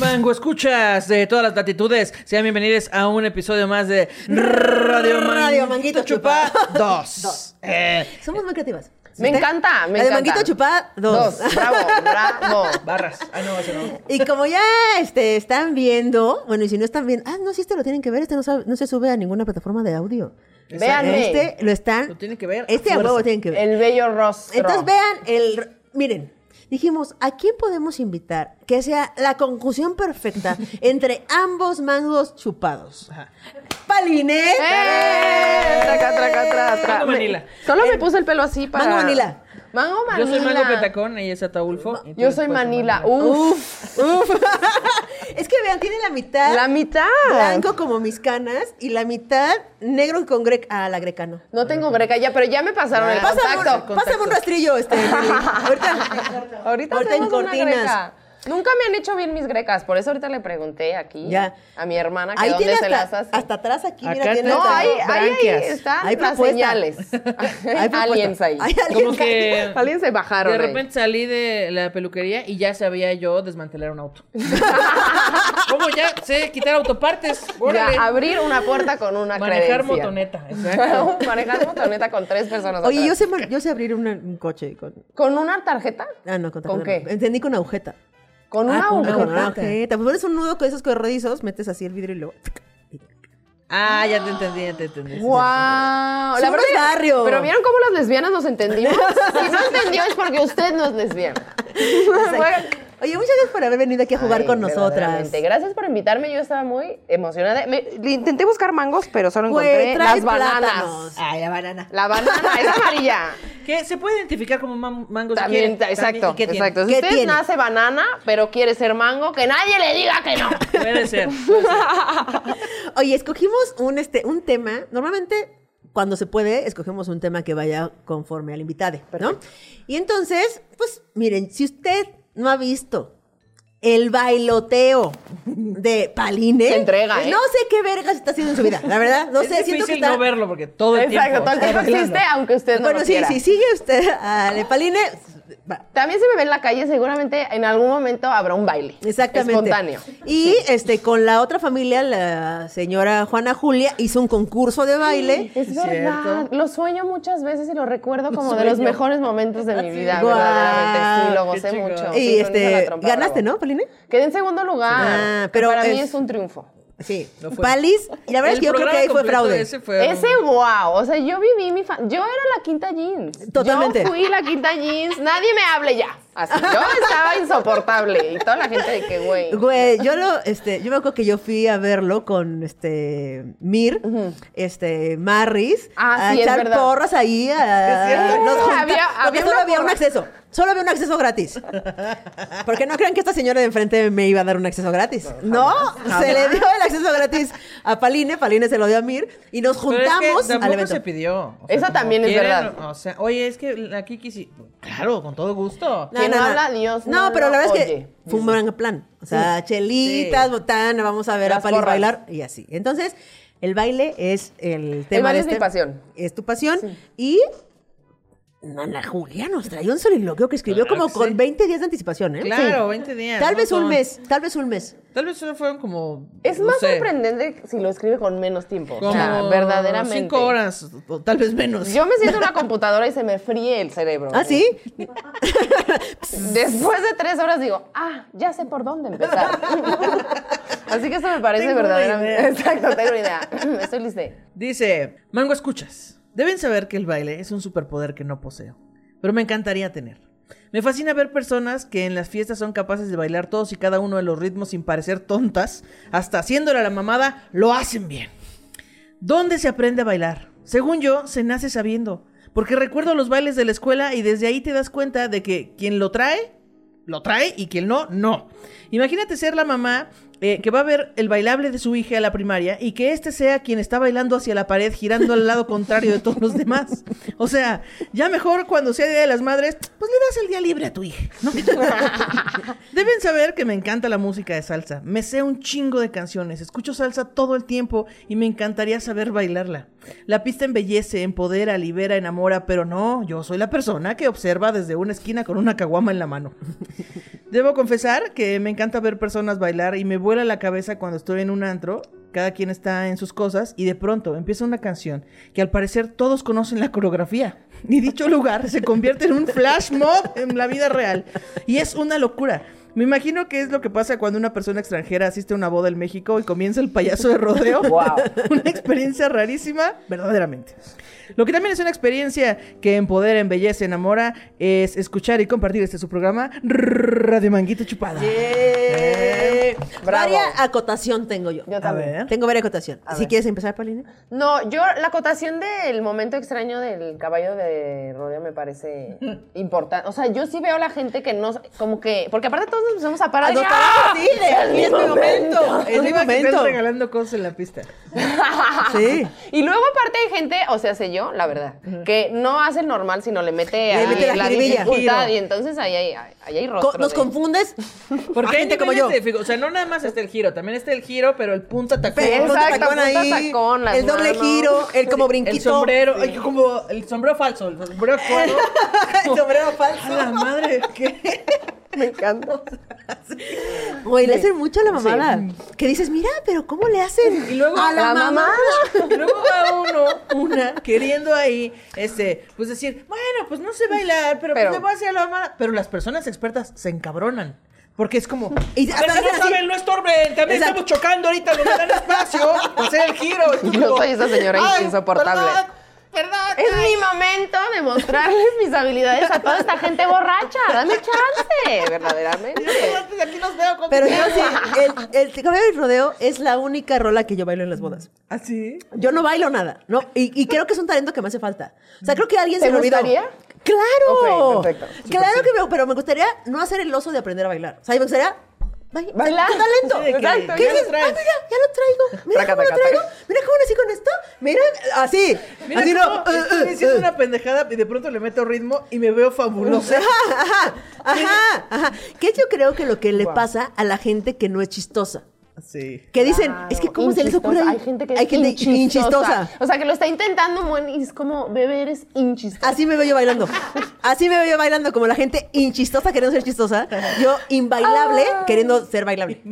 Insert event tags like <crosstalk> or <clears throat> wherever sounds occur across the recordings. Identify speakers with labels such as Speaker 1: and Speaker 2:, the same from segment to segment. Speaker 1: Rango, escuchas de todas las latitudes. Sean bienvenidos a un episodio más de Radio Manguito, Eh,
Speaker 2: Radio Manguito
Speaker 1: Chupá
Speaker 2: Chupá.
Speaker 1: 2.
Speaker 2: Dos. Somos muy creativas.
Speaker 3: Me encanta, me
Speaker 2: La de
Speaker 3: encanta.
Speaker 2: manguito chupá, dos.
Speaker 3: Dos, bravo, bravo.
Speaker 1: barras. Ah, no, ese no.
Speaker 2: <laughs> Y como ya este, están viendo, bueno, y si no están viendo, ah, no, si este lo tienen que ver, este no, sabe- no se sube a ninguna plataforma de audio.
Speaker 3: Véanme.
Speaker 2: Este lo están.
Speaker 1: Lo tienen que ver a
Speaker 2: Este a
Speaker 1: fuerza.
Speaker 2: huevo lo tienen que ver.
Speaker 3: El bello rostro.
Speaker 2: Entonces vean el. Miren, dijimos, ¿a quién podemos invitar que sea la conjunción
Speaker 3: <laughs>
Speaker 2: perfecta entre ambos mangos chupados?
Speaker 1: Ajá.
Speaker 2: ¡Palinet!
Speaker 3: ¡Eh! Traca, traca, traca,
Speaker 2: <laughs>
Speaker 3: traca.
Speaker 1: Mango
Speaker 3: Me-
Speaker 1: Manila.
Speaker 3: Solo me puse el pelo así para.
Speaker 2: Mango Manila.
Speaker 3: Mango Manila.
Speaker 1: Yo soy Mango Petacón, ella es Ataulfo. pues, y tú
Speaker 3: Yo soy
Speaker 1: después
Speaker 3: Manila. Uh, Uf.
Speaker 2: Uf. es que vean, tiene la mitad
Speaker 3: La mitad.
Speaker 2: blanco como mis canas y la mitad negro con grec a la grecano.
Speaker 3: No tengo greca ya, pero ya me pasaron el
Speaker 2: Pásame, un-
Speaker 3: Ah, contacto.
Speaker 2: pásame un rastrillo,
Speaker 3: <laughs>
Speaker 2: este. Lili. Ahorita,
Speaker 3: Ahorita
Speaker 2: ahorita en
Speaker 3: hacemos una
Speaker 2: cortinas.
Speaker 3: greca. Nunca me han hecho bien mis grecas, por eso ahorita le pregunté aquí
Speaker 2: Ya.
Speaker 3: a mi hermana que
Speaker 2: Ahí
Speaker 3: dónde
Speaker 2: tiene
Speaker 3: se las
Speaker 2: hasta,
Speaker 3: hace.
Speaker 2: hasta atrás aquí,
Speaker 1: Acá
Speaker 2: mira, tiene
Speaker 3: no,
Speaker 2: hasta-
Speaker 3: ahí, ahí, ahí
Speaker 1: branquias.
Speaker 3: están
Speaker 2: Hay
Speaker 3: las
Speaker 2: propuesta.
Speaker 3: señales. <laughs> Hay
Speaker 2: propuesta.
Speaker 3: aliens ahí.
Speaker 2: Hay aliens
Speaker 1: Como
Speaker 2: ahí.
Speaker 1: que
Speaker 3: Alguien se bajaron
Speaker 1: Eh, de
Speaker 3: ahí.
Speaker 1: repente salí de la peluquería y ya sabía yo desmantelar un
Speaker 3: <laughs>
Speaker 1: auto. ¿Cómo ya sé quitar autopartes? Órale.
Speaker 3: Ya, abrir una puerta con
Speaker 1: <laughs>
Speaker 3: una
Speaker 1: Manejar
Speaker 3: credencial.
Speaker 1: motoneta, exacto.
Speaker 3: <laughs> Manejar motoneta con tres personas.
Speaker 2: Oye,
Speaker 3: atrás.
Speaker 2: yo sé, ma- yo sé abrir una- un coche con...
Speaker 3: ¿Con una tarjeta?
Speaker 2: Ah, no, con,
Speaker 3: ¿Con
Speaker 2: tarjeta no.
Speaker 3: qué?
Speaker 2: Entendí con agujeta.
Speaker 3: Con una
Speaker 2: Ah, con
Speaker 3: agujeta.
Speaker 2: una agujeta. Pues pones un nudo con esos corredizos, metes así el vidrio y
Speaker 3: <laughs>
Speaker 2: <laughs> luego...
Speaker 1: Ah, ya te entendí, ya te entendí.
Speaker 3: ¡Wow!
Speaker 2: Somos barrio.
Speaker 3: Pero ¿vieron cómo las lesbianas
Speaker 2: <laughs>
Speaker 3: nos entendimos? si no entendió es porque usted no es lesbiana.
Speaker 2: Oye, muchas gracias por haber venido aquí a jugar
Speaker 3: Ay,
Speaker 2: con nosotras.
Speaker 3: verdaderamente. Gracias por invitarme. Yo estaba muy emocionada. Me- le intenté buscar mangos, pero solo encontré
Speaker 2: Güey, trae
Speaker 3: las bananas.
Speaker 2: plátanos. Ay, la banana.
Speaker 3: La banana es amarilla.
Speaker 1: Que se puede identificar como man-
Speaker 2: Pues,
Speaker 1: mango si
Speaker 3: También,
Speaker 1: quiere.
Speaker 3: exacto,
Speaker 1: También, ¿y qué tiene?
Speaker 3: exacto. Si
Speaker 2: ¿Qué
Speaker 3: usted
Speaker 2: tiene?
Speaker 3: nace banana, pero quiere ser mango, que nadie le diga que
Speaker 2: <laughs>
Speaker 3: no.
Speaker 1: Puede ser.
Speaker 2: Oye, escogimos un, este, un tema. Normalmente, cuando se puede, escogemos un tema que vaya conforme al invitado, ¿no? Y entonces, pues, miren, si usted no ha visto el bailoteo de Paline,
Speaker 3: Se entrega,
Speaker 2: pues,
Speaker 3: ¿eh?
Speaker 2: no sé qué vergas está haciendo en su vida, la verdad.
Speaker 3: <laughs>
Speaker 2: No
Speaker 1: es
Speaker 2: sé, siento
Speaker 1: difícil
Speaker 2: que está...
Speaker 1: no verlo porque todo el
Speaker 3: Exacto,
Speaker 1: tiempo.
Speaker 3: todo el tiempo
Speaker 1: está
Speaker 3: existe,
Speaker 1: bailando.
Speaker 3: aunque usted no
Speaker 2: bueno,
Speaker 3: lo
Speaker 2: sí,
Speaker 3: quiera.
Speaker 2: sí, sigue usted a Le Paline. va.
Speaker 3: También si me ve en la calle, seguramente en algún momento habrá un baile.
Speaker 2: Exactamente.
Speaker 3: Espontáneo.
Speaker 2: Y este, con la otra familia, la señora Juana Julia hizo un concurso de baile.
Speaker 3: Es
Speaker 1: Es
Speaker 3: verdad,
Speaker 1: cierto.
Speaker 3: lo sueño muchas veces y lo recuerdo como
Speaker 1: Lo
Speaker 3: de los
Speaker 1: sueño.
Speaker 3: mejores momentos de mi vida,
Speaker 2: Guau.
Speaker 3: verdaderamente. Sí, lo
Speaker 1: Qué
Speaker 3: gocé
Speaker 1: chingón.
Speaker 3: mucho.
Speaker 2: Y
Speaker 3: Sincroniza la
Speaker 2: este,
Speaker 3: trompa,
Speaker 2: ganaste,
Speaker 3: bravo.
Speaker 2: ¿no, Paline?
Speaker 3: Quedé en segundo lugar.
Speaker 2: Ah,
Speaker 3: pero
Speaker 2: pero
Speaker 3: para mí
Speaker 2: es-
Speaker 3: es un triunfo.
Speaker 2: Sí,
Speaker 1: No fue.
Speaker 2: Palis. Y la verdad es
Speaker 1: El
Speaker 2: que yo creo que
Speaker 1: programa
Speaker 2: ahí fue
Speaker 1: completo
Speaker 2: fraude.
Speaker 1: Ese fue.
Speaker 3: Ese wow, o sea, yo viví mi fa- yo era la quinta jeans.
Speaker 2: Totalmente.
Speaker 3: Yo fui la quinta jeans, nadie me hable ya. Así,
Speaker 1: <laughs>
Speaker 3: yo estaba insoportable y toda la gente de que güey.
Speaker 2: Güey, yo lo, este, yo me acuerdo que yo fui a verlo con este Mir, este Marris,
Speaker 3: Ah, sí,
Speaker 2: a
Speaker 3: es
Speaker 2: echar
Speaker 3: verdad.
Speaker 2: porras ahí, a,
Speaker 3: Es cierto.
Speaker 2: nos junta-
Speaker 3: Había-
Speaker 2: porque
Speaker 3: había
Speaker 2: solo
Speaker 3: una
Speaker 2: había un
Speaker 3: porra.
Speaker 2: acceso, solo había un acceso gratis. Porque no crean que esta señora de enfrente me iba a dar un acceso gratis. No, se le dio el acceso gratis a Paline, Paline se lo dio a Mir y nos
Speaker 1: Pero es que
Speaker 2: juntamos al
Speaker 1: tampoco
Speaker 2: evento.
Speaker 1: se pidió. O
Speaker 3: Esa
Speaker 1: como
Speaker 3: también es
Speaker 1: quieren,
Speaker 3: verdad.
Speaker 1: O sea, oye, es que la Kiki sí. Claro, con todo gusto.
Speaker 3: Quien no habla, Dios
Speaker 2: No,
Speaker 3: no
Speaker 2: pero la
Speaker 3: lo
Speaker 2: verdad es
Speaker 3: oye.
Speaker 2: que fue un gran plan. O sea, chelitas,
Speaker 1: Sí.
Speaker 2: botana, vamos a ver a
Speaker 3: Las
Speaker 2: Palis
Speaker 3: porras.
Speaker 2: bailar y así. Entonces, el baile es el tema
Speaker 3: baile
Speaker 2: de
Speaker 3: es mi
Speaker 2: este-
Speaker 3: pasión.
Speaker 2: Es tu pasión. Y Nana Julia nos traía un soliloquio que escribió
Speaker 1: Claro
Speaker 2: como
Speaker 1: que
Speaker 2: con
Speaker 1: sí.
Speaker 2: 20 días de anticipación, ¿eh?
Speaker 1: Claro,
Speaker 2: Sí.
Speaker 1: 20 días,
Speaker 2: Tal
Speaker 1: no
Speaker 2: vez un
Speaker 1: son-
Speaker 2: mes, tal vez un mes.
Speaker 1: Tal vez solo fueron como.
Speaker 3: Es
Speaker 1: no
Speaker 3: más
Speaker 1: sé,
Speaker 3: sorprendente si lo escribe con menos tiempo,
Speaker 1: Como
Speaker 3: o sea, verdaderamente.
Speaker 1: Cinco horas, o tal vez menos.
Speaker 3: Yo me siento en una computadora y se me fríe el cerebro.
Speaker 2: ¿Ah,
Speaker 3: <laughs>
Speaker 2: sí?
Speaker 3: Después de tres horas digo, ah, ya sé por
Speaker 1: <laughs>
Speaker 3: dónde empezar. Así que esto me parece
Speaker 1: Tengo una idea.
Speaker 3: verdaderamente. <laughs> Exacto, tengo una idea. <clears throat> Estoy lista.
Speaker 1: Dice, Mango, escuchas. Deben saber que el baile es un superpoder que no poseo, pero me encantaría tener. Me fascina ver personas que en las fiestas son capaces de bailar todos y cada uno de los ritmos sin parecer tontas, hasta haciéndole a la mamada, lo hacen bien. ¿Dónde se aprende a bailar? Según yo, se nace sabiendo, porque recuerdo los bailes de la escuela y desde ahí te das cuenta de que quien lo trae, lo trae y quien no, no. Imagínate ser la mamá eh, que va a ver el bailable de su hija a la primaria y que este sea quien está bailando hacia la pared girando al lado contrario de todos los demás. O sea, ya mejor cuando sea Día de las Madres, pues le das el día libre a tu hija, ¿no? Deben saber que me encanta la música de salsa. Me sé un chingo de canciones. Escucho salsa todo el tiempo y me encantaría saber bailarla. La pista embellece, empodera, libera, enamora, pero no, yo soy la persona que observa desde una esquina con una caguama en la mano. Debo confesar que me encanta ver personas bailar y me vuela la cabeza cuando estoy en un antro. Cada quien está en sus cosas y de pronto empieza una canción que al parecer todos conocen la coreografía. Y dicho lugar se convierte en un flash mob en la vida real. Y es una locura. Me imagino que es lo que pasa cuando una persona extranjera asiste a una boda en México y comienza el payaso de rodeo.
Speaker 3: Wow.
Speaker 1: <laughs> Una experiencia rarísima, verdaderamente. Lo que también es una experiencia que empodera, embellece, enamora, es escuchar y compartir este su programa, Radio Manguito Chupada.
Speaker 2: Eh,
Speaker 3: Bravo.
Speaker 2: Varia acotación tengo yo. ¿Eh?
Speaker 3: Yo
Speaker 1: A
Speaker 3: también.
Speaker 1: ver.
Speaker 2: Tengo varia acotación.
Speaker 3: A
Speaker 2: Si
Speaker 3: ver.
Speaker 2: quieres empezar, Paulina.
Speaker 3: No, yo la acotación del momento extraño del caballo de rodeo
Speaker 2: <laughs>
Speaker 3: me parece importante. O sea, yo sí veo a la gente que no, como que, porque aparte todos nos empezamos a parar. de,
Speaker 2: Anotar
Speaker 3: ¡Ah!
Speaker 2: así de,
Speaker 3: ¡Es mi momento!
Speaker 2: Es mi momento.
Speaker 1: Están regalando cosas en la pista.
Speaker 2: Sí.
Speaker 3: Y luego aparte hay gente, o sea, sé yo, la verdad, que no hace el normal, sino le mete, ahí
Speaker 2: mete la jiribilla.
Speaker 3: dificultad
Speaker 2: Giro.
Speaker 3: y entonces ahí hay, ahí hay
Speaker 2: Co-
Speaker 3: rostro.
Speaker 2: Nos
Speaker 3: de-
Speaker 2: confundes.
Speaker 1: Porque
Speaker 2: a
Speaker 1: hay
Speaker 2: gente como yo.
Speaker 1: niveles de dificu- o sea, no nada más está el giro, también está el giro, pero el punto
Speaker 2: Pero
Speaker 1: tacón.
Speaker 2: ponte
Speaker 3: Exacto,
Speaker 2: tacón
Speaker 3: punta
Speaker 2: ahí,
Speaker 3: tacón, las
Speaker 2: el doble
Speaker 3: manos.
Speaker 2: giro, el como brinquito.
Speaker 1: El sombrero, ay, como el sombrero falso, el sombrero falso.
Speaker 2: <laughs> el sombrero falso.
Speaker 1: A <laughs> la madre, ¿qué?
Speaker 3: Me encanta.
Speaker 2: Güey, le hacen mucho a la mamada. Que dices, mira, pero ¿cómo le hacen?
Speaker 1: Y luego
Speaker 2: a la,
Speaker 3: la
Speaker 2: mamá.
Speaker 1: Y <laughs> Luego va uno, una, queriendo ahí, este, pues decir, bueno, pues no sé bailar, pero,
Speaker 3: Pero-
Speaker 1: pues le voy a hacer a la mamada. Pero las personas expertas se encabronan. Porque es como,
Speaker 2: Y
Speaker 1: a ver, si
Speaker 2: hasta
Speaker 1: no
Speaker 2: hacen así.
Speaker 1: saben, no estorben, también
Speaker 2: Exacto.
Speaker 1: estamos chocando ahorita, no me dan espacio para hacer el
Speaker 3: <laughs>
Speaker 1: giro. Y tú
Speaker 3: <laughs> Yo soy esa señora
Speaker 1: "Ay,
Speaker 3: insoportable".
Speaker 1: perdón, perdón.
Speaker 3: Es mi momento de mostrarles mis habilidades a toda esta gente borracha. Dame chance, verdaderamente.
Speaker 1: Yo antes aquí los veo con-
Speaker 2: Pero yo
Speaker 3: <laughs>
Speaker 2: sí, el, el caballo del rodeo es la única rola que yo bailo en las bodas.
Speaker 1: ¿Así?
Speaker 2: Yo no bailo nada, ¿no? Y, y creo que es un talento que me hace falta. O sea, creo que a alguien
Speaker 3: ¿Te
Speaker 2: se lo olvidó.
Speaker 3: gustaría?
Speaker 2: ¡Claro!
Speaker 3: Ok, perfecto. Sí,
Speaker 2: Claro que me, pero me gustaría no hacer el oso de aprender a bailar. O sea, me gustaría ba-
Speaker 3: Bailar.
Speaker 2: tu talento.
Speaker 1: Sí, de que-
Speaker 2: Exacto.
Speaker 1: ya
Speaker 2: ¿Qué
Speaker 1: lo
Speaker 2: dices?
Speaker 1: traes.
Speaker 2: Ah, mira, ya lo traigo. Mira
Speaker 3: Traca,
Speaker 2: cómo lo
Speaker 3: traca,
Speaker 2: traigo. Mira cómo nací con esto. Mira, así.
Speaker 1: Mira,
Speaker 2: así
Speaker 1: cómo
Speaker 2: no.
Speaker 1: estoy
Speaker 2: Eh, eh,
Speaker 1: diciendo
Speaker 2: eh.
Speaker 1: una pendejada y de pronto le meto ritmo y me veo fabulosa.
Speaker 2: Ajá, ajá, ajá. Que yo creo que lo que le pasa a la gente que no es chistosa.
Speaker 1: <laughs> Sí. <laughs>
Speaker 2: Que dicen, es que cómo se les ocurre.
Speaker 3: Hay gente que es inchistosa.
Speaker 2: inchistosa.
Speaker 3: O sea, que lo está intentando muy- y es como, bebé, eres inchistosa.
Speaker 2: Así me veo yo bailando. Así me veo yo bailando, como la gente inchistosa queriendo ser chistosa. Yo inbailable queriendo ser bailable.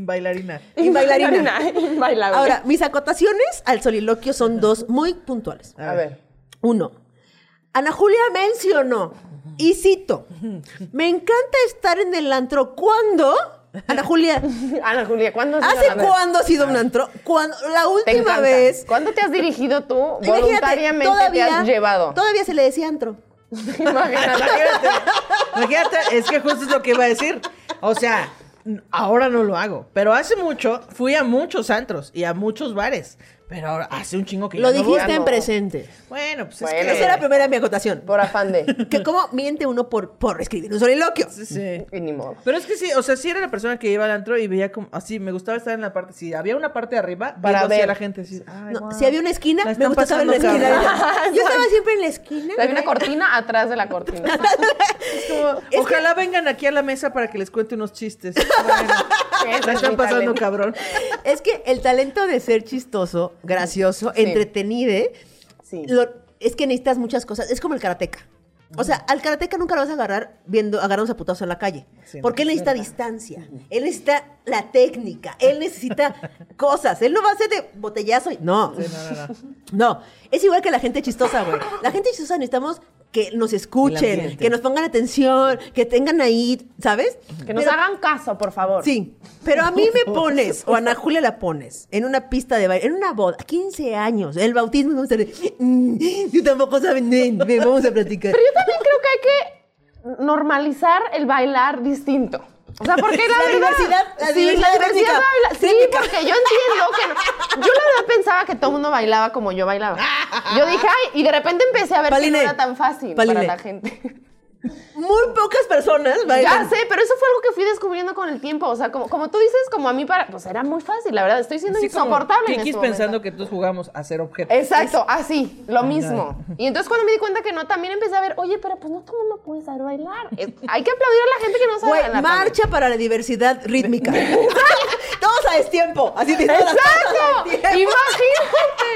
Speaker 1: Bailarina.
Speaker 2: Ah, Y
Speaker 3: <laughs>
Speaker 2: bailarina.
Speaker 3: Bailable.
Speaker 2: Ahora, mis acotaciones al soliloquio son dos muy puntuales.
Speaker 3: a ver.
Speaker 2: Uno, Ana Julia mencionó, y cito, me encanta estar en el antro cuando... Ana Julia,
Speaker 3: Ana Julia, ¿cuándo has ido
Speaker 2: ¿hace
Speaker 3: a la-
Speaker 2: cuándo has ido a un antro? Cuando, la
Speaker 3: Te
Speaker 2: última
Speaker 3: encanta.
Speaker 2: vez...
Speaker 3: ¿Cuándo te has dirigido tú?
Speaker 2: Imagínate,
Speaker 3: Voluntariamente te has llevado.
Speaker 2: Todavía se le decía antro.
Speaker 3: <laughs> Imagínate.
Speaker 1: Imagínate, imagínate, es que justo es lo que iba a decir. O sea, n- ahora no lo hago, pero hace mucho fui a muchos antros y a muchos bares, pero ahora hace un chingo que
Speaker 2: Lo
Speaker 1: ya no voy.
Speaker 2: dijiste en
Speaker 3: no.
Speaker 2: presente.
Speaker 1: Bueno, pues
Speaker 3: Bueno.
Speaker 1: es
Speaker 2: Esa
Speaker 1: que
Speaker 2: era la primera mi acotación.
Speaker 3: Por afán de.
Speaker 2: Que cómo miente uno por, por escribir un soliloquio.
Speaker 1: Sí, sí.
Speaker 3: Y ni modo.
Speaker 1: Pero es que sí, o sea, sí era la persona que iba al antro y veía como así, me gustaba estar en la parte, si había una parte de arriba,
Speaker 3: Para
Speaker 1: para ver
Speaker 3: ver.
Speaker 1: a la gente así, ay,
Speaker 2: No,
Speaker 1: guau.
Speaker 2: si había una esquina,
Speaker 1: La
Speaker 2: me
Speaker 1: están
Speaker 2: gusta estar en la
Speaker 1: pasando,
Speaker 2: esquina.
Speaker 1: <laughs>
Speaker 3: cabrón.
Speaker 2: Yo estaba siempre en la esquina.
Speaker 3: Hay una cortina atrás de
Speaker 2: <laughs>
Speaker 3: la cortina.
Speaker 1: Es como, ojalá vengan aquí a la mesa para que les cuente unos chistes. Bueno,
Speaker 3: Ese
Speaker 1: la
Speaker 3: es mi
Speaker 1: están pasando
Speaker 3: talento.
Speaker 1: cabrón.
Speaker 2: Es que el talento de ser chistoso, gracioso, entretenido,
Speaker 3: Sí.
Speaker 2: lo- es que necesitas muchas cosas. Es como el karateca. O sea, al karateca nunca lo vas a agarrar viendo agarrarnos a putazos en la calle.
Speaker 1: Sí, no,
Speaker 2: porque él necesita distancia, él necesita la técnica, él necesita
Speaker 1: <laughs>
Speaker 2: cosas. Él no va a ser de botellazo. y- No.
Speaker 1: no, no.
Speaker 2: No, es igual que la gente chistosa, güey. La gente chistosa necesitamos que nos
Speaker 1: El
Speaker 2: escuchen,
Speaker 1: ambiente.
Speaker 2: que nos pongan atención, que tengan ahí, ¿sabes?
Speaker 3: Que nos
Speaker 2: Pero-
Speaker 3: hagan caso, por favor.
Speaker 2: Sí, pero a mí
Speaker 3: <laughs>
Speaker 2: me pones, o a Ana Julia la pones, en una pista de baile, en una boda, 15 años, el bautismo, y vamos a decir, "Mm, yo tampoco saben, ven, ven, vamos a platicar.
Speaker 3: Pero yo también creo que hay que normalizar el bailar distinto. O sea, porque la,
Speaker 2: La
Speaker 3: verdad-
Speaker 2: diversidad, la
Speaker 3: sí,
Speaker 2: diversidad
Speaker 3: la diversidad
Speaker 2: técnica,
Speaker 3: baila- Sí,
Speaker 2: técnica.
Speaker 3: porque yo entiendo que no- Yo la verdad pensaba que todo el mundo bailaba como yo bailaba. Yo dije, ay, y de repente empecé a ver
Speaker 2: Paline,
Speaker 3: que no era tan fácil
Speaker 2: Paline.
Speaker 3: para la gente.
Speaker 2: <laughs> Muy pocas personas
Speaker 3: Ya
Speaker 2: bailan.
Speaker 3: sé, pero eso fue algo que fui descubriendo con el tiempo. O sea, como, como tú dices, como a mí para. Pues era muy fácil, la verdad. Estoy siendo
Speaker 1: Así como
Speaker 3: insoportable. en
Speaker 1: Kikis
Speaker 3: este momento.
Speaker 1: pensando que todos jugamos a ser objetos.
Speaker 3: Exacto, así, lo mismo. Y entonces cuando me di cuenta que no, también empecé a ver, oye, pero pues no todo el mundo puede saber bailar. Es- hay que aplaudir a la gente que no sabe
Speaker 2: Güey,
Speaker 3: bailar. también.
Speaker 2: marcha para la diversidad
Speaker 3: <laughs>
Speaker 2: rítmica. <laughs> Todos a destiempo, así te <laughs>
Speaker 3: ¡Exacto! ¡Imagínate!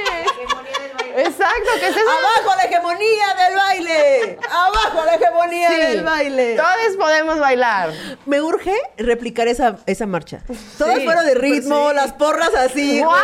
Speaker 3: Exacto, que es eso.
Speaker 2: ¡Abajo la hegemonía del baile! ¡Abajo la hegemonía
Speaker 3: Sí.
Speaker 2: del baile!
Speaker 3: Todos podemos bailar.
Speaker 2: Me urge replicar esa, esa marcha. Todas
Speaker 1: Sí,
Speaker 2: fueron de ritmo,
Speaker 1: pues sí.
Speaker 2: las porras así.
Speaker 3: ¡Guau!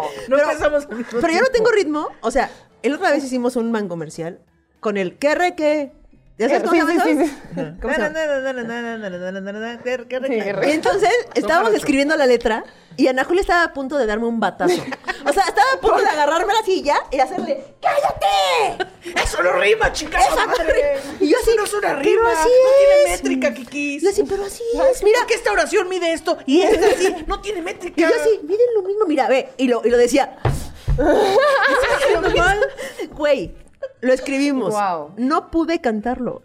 Speaker 2: güey.
Speaker 1: No
Speaker 2: pero,
Speaker 1: empezamos al mismo
Speaker 2: pero yo no
Speaker 1: tiempo.
Speaker 2: tengo ritmo. O sea, el otra vez hicimos un man comercial con el que re que. ¿Ya sabes cómo se
Speaker 3: Eh, Sí,
Speaker 2: llama
Speaker 3: sí,
Speaker 2: eso?
Speaker 3: sí, sí.
Speaker 2: ¿Cómo se llama?
Speaker 3: Sí,
Speaker 1: Qué
Speaker 2: Y
Speaker 3: re- <laughs>
Speaker 2: entonces estábamos
Speaker 1: jarocho.
Speaker 2: escribiendo la letra y Ana Julia estaba a punto de darme un batazo. O sea, estaba a punto de agarrarme la silla y hacerle ¡Cállate!
Speaker 1: Eso no rima, chica.
Speaker 2: Esa madre. Y yo así,
Speaker 1: Eso no es una
Speaker 2: pero
Speaker 1: rima.
Speaker 2: así
Speaker 1: no tiene
Speaker 2: es.
Speaker 1: métrica, Kikis.
Speaker 2: Yo así, pero así es,
Speaker 1: Mira
Speaker 2: mira.
Speaker 1: que esta oración mide esto y esta sí no tiene
Speaker 2: Y yo
Speaker 1: métrica.
Speaker 2: así, miren lo mismo, mira, ve. Y lo, y lo
Speaker 3: <laughs>
Speaker 2: decía.
Speaker 1: ¿Estás haciendo mal?
Speaker 2: Güey, lo escribimos.
Speaker 3: Guau.
Speaker 2: No pude cantarlo.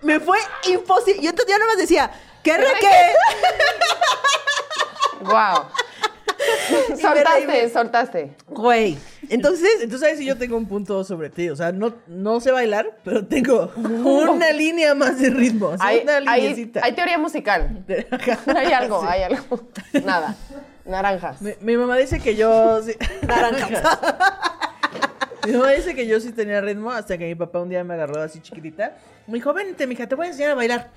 Speaker 2: Me fue imposible. Yo entonces ya nomás decía, ¿qué re qué? <laughs>
Speaker 3: ¡Wow! Sortaste, sortaste.
Speaker 2: Güey. Entonces,
Speaker 1: Entonces ahí sí yo tengo un punto sobre ti. O sea, no, no sé bailar, pero tengo una línea más de ritmo. así,
Speaker 3: Hay,
Speaker 1: una
Speaker 3: hay-
Speaker 1: linecita.
Speaker 3: hay teoría musical. <laughs>
Speaker 1: Ajá.
Speaker 3: Hay algo,
Speaker 1: Sí.
Speaker 3: hay algo. Nada. Naranjas.
Speaker 1: Mi, mi mamá dice que yo. sí-
Speaker 2: naranja.
Speaker 1: Mi mamá dice que yo sí tenía ritmo hasta que mi papá un día me agarró así chiquitita. Me dijo, vente, mija, te voy a enseñar a bailar.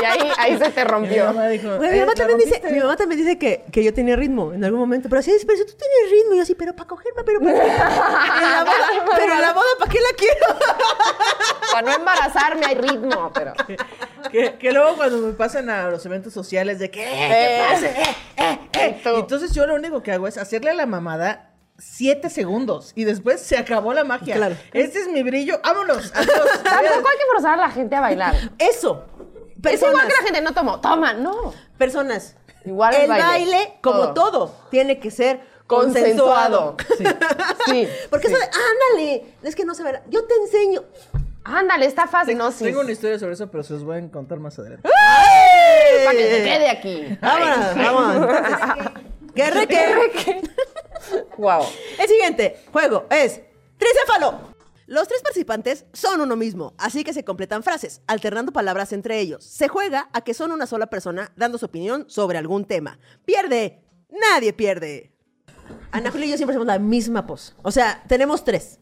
Speaker 3: Y ahí, ahí
Speaker 2: <laughs>
Speaker 3: se te
Speaker 1: Y mi
Speaker 3: rompió.
Speaker 1: mamá dijo,
Speaker 2: Güey, mi,
Speaker 1: "Eh,
Speaker 2: mamá
Speaker 1: ¿la
Speaker 2: también dice,
Speaker 1: rompiste?".
Speaker 2: mi mamá también dice que, que yo tenía ritmo en algún momento. Pero así es, pero si tú tienes ritmo. Y yo así, pero para cogerme, pero
Speaker 3: <laughs>
Speaker 2: para la boda, Pero a la boda, ¿para qué la quiero?
Speaker 3: Para no embarazarme hay ritmo, pero.
Speaker 1: Que, que luego cuando me pasan a los eventos sociales de que... "Eh, ¿qué
Speaker 3: Eh.
Speaker 1: pasa? Eh, eh, eh".
Speaker 3: Y tú.
Speaker 1: Entonces yo lo único que hago es hacerle la mamada siete segundos y después se acabó la magia.
Speaker 2: Claro.
Speaker 1: Este es mi brillo. Vámonos. adiós".
Speaker 3: Tampoco hay que forzar a la gente a bailar.
Speaker 2: Eso.
Speaker 3: Es igual
Speaker 2: Personas.
Speaker 3: que la gente no tomó. Toma, no.
Speaker 2: Personas.
Speaker 3: Igual el
Speaker 2: el,
Speaker 3: baile.
Speaker 2: baile, como
Speaker 3: Todo.
Speaker 2: todo. tiene que ser
Speaker 3: Consensuado.
Speaker 2: consensuado.
Speaker 3: Sí.
Speaker 2: <laughs> Porque eso de, ándale, es que no se verá. Yo te enseño.
Speaker 3: Ándale, está fácil, no, sí.
Speaker 1: Tengo una historia sobre eso, pero se los voy a contar más adelante.
Speaker 3: Para que se quede aquí.
Speaker 2: Vámonos,
Speaker 3: <laughs>
Speaker 2: vámonos. ¿Qué re qué?
Speaker 3: Wow.
Speaker 2: El siguiente juego es tricéfalo. Los tres participantes son uno mismo, así que se completan frases, alternando palabras entre ellos. Se juega a que son una sola persona dando su opinión sobre algún tema. Pierde, nadie pierde. Ana Julia y yo siempre hacemos la misma pose. O sea, tenemos tres.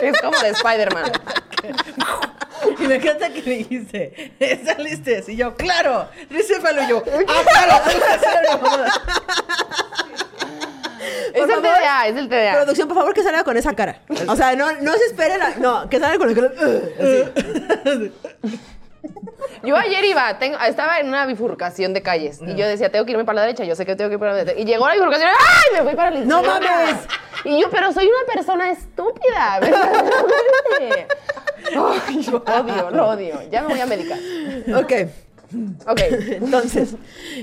Speaker 3: Es como de Spider-Man.
Speaker 1: <laughs> Y me encanta que dijiste, saliste así. Y yo, claro, ricéfalo
Speaker 3: <laughs>
Speaker 1: y yo. Ah, claro, tengo que hacer la mamada.
Speaker 3: Es el
Speaker 2: favor.
Speaker 3: TDA, es el TDA.
Speaker 2: Producción, por favor, que salga con esa cara. O sea, no, no se espere la- No, que salga con la cara. uh, así.
Speaker 3: Yo ayer iba, tengo- estaba en una bifurcación de calles y yo decía, tengo que irme para la derecha, yo sé que tengo que ir para la derecha. Y llegó la bifurcación, ¡ay! Me fui para la
Speaker 2: ¡No
Speaker 3: izquierda.
Speaker 2: mames!
Speaker 3: Y yo, pero soy una persona estúpida, <laughs> verdaderamente. Ay, lo odio, lo odio. Ya me voy a medicar.
Speaker 2: Ok. <laughs>
Speaker 3: Ok.
Speaker 2: Entonces,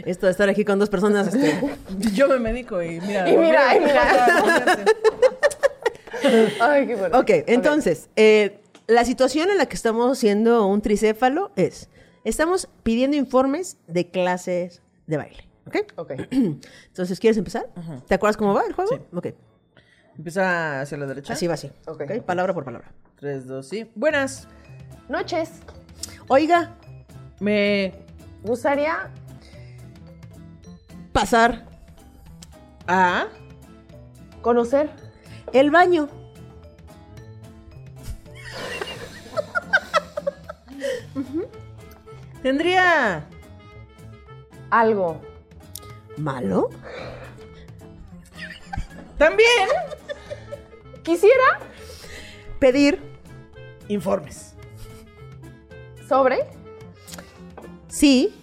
Speaker 2: esto de estar aquí con dos personas. este,
Speaker 1: Yo me medico <laughs> y mira.
Speaker 3: Y mira, y mira.
Speaker 1: mira.
Speaker 3: Ay, qué bueno.
Speaker 2: Ok, entonces, eh, la situación en la que estamos haciendo un tricéfalo es, estamos pidiendo informes de clases de baile, ¿ok?
Speaker 3: Ok.
Speaker 2: Entonces, ¿quieres empezar? ¿Te acuerdas cómo va el juego?
Speaker 1: Sí.
Speaker 2: Ok,
Speaker 1: Empieza hacia la derecha.
Speaker 2: así va así,
Speaker 3: Ok.
Speaker 2: ¿ok? Palabra por palabra.
Speaker 1: Tres, dos, sí. Buenas.
Speaker 3: Noches.
Speaker 2: Oiga,
Speaker 1: Me
Speaker 3: Gustaría
Speaker 2: pasar
Speaker 1: a
Speaker 3: conocer.
Speaker 2: el baño.
Speaker 1: tendría
Speaker 3: Algo.
Speaker 2: ¿Malo?
Speaker 1: también
Speaker 3: Quisiera
Speaker 2: Pedir
Speaker 1: informes.
Speaker 3: sobre
Speaker 2: sí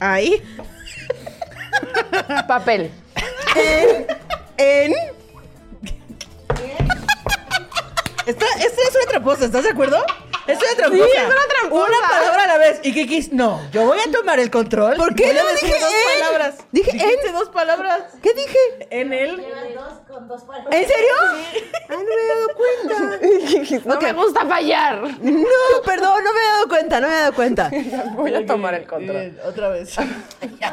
Speaker 1: Ahí
Speaker 3: papel.
Speaker 2: en... en
Speaker 1: está, esta es una tramposa, ¿estás de acuerdo? Es una tramposa.
Speaker 3: Sí, es una tramposa.
Speaker 1: Una palabra a la vez. Y Kikis, no, yo voy a tomar el control.
Speaker 2: ¿Por qué
Speaker 1: Voy a
Speaker 2: no
Speaker 1: decir
Speaker 2: dije
Speaker 1: dos
Speaker 2: en?
Speaker 1: palabras?
Speaker 2: Dije
Speaker 1: Dijiste
Speaker 2: en.
Speaker 1: dos palabras.
Speaker 2: ¿Qué dije?
Speaker 1: En el
Speaker 2: ¿En serio? Ay, no me había dado
Speaker 1: <laughs>
Speaker 2: cuenta.
Speaker 3: No
Speaker 2: Ok.
Speaker 3: me gusta fallar.
Speaker 2: No, perdón, no me había dado cuenta, no me había dado cuenta.
Speaker 3: Voy a tomar el control.
Speaker 1: Eh, otra vez.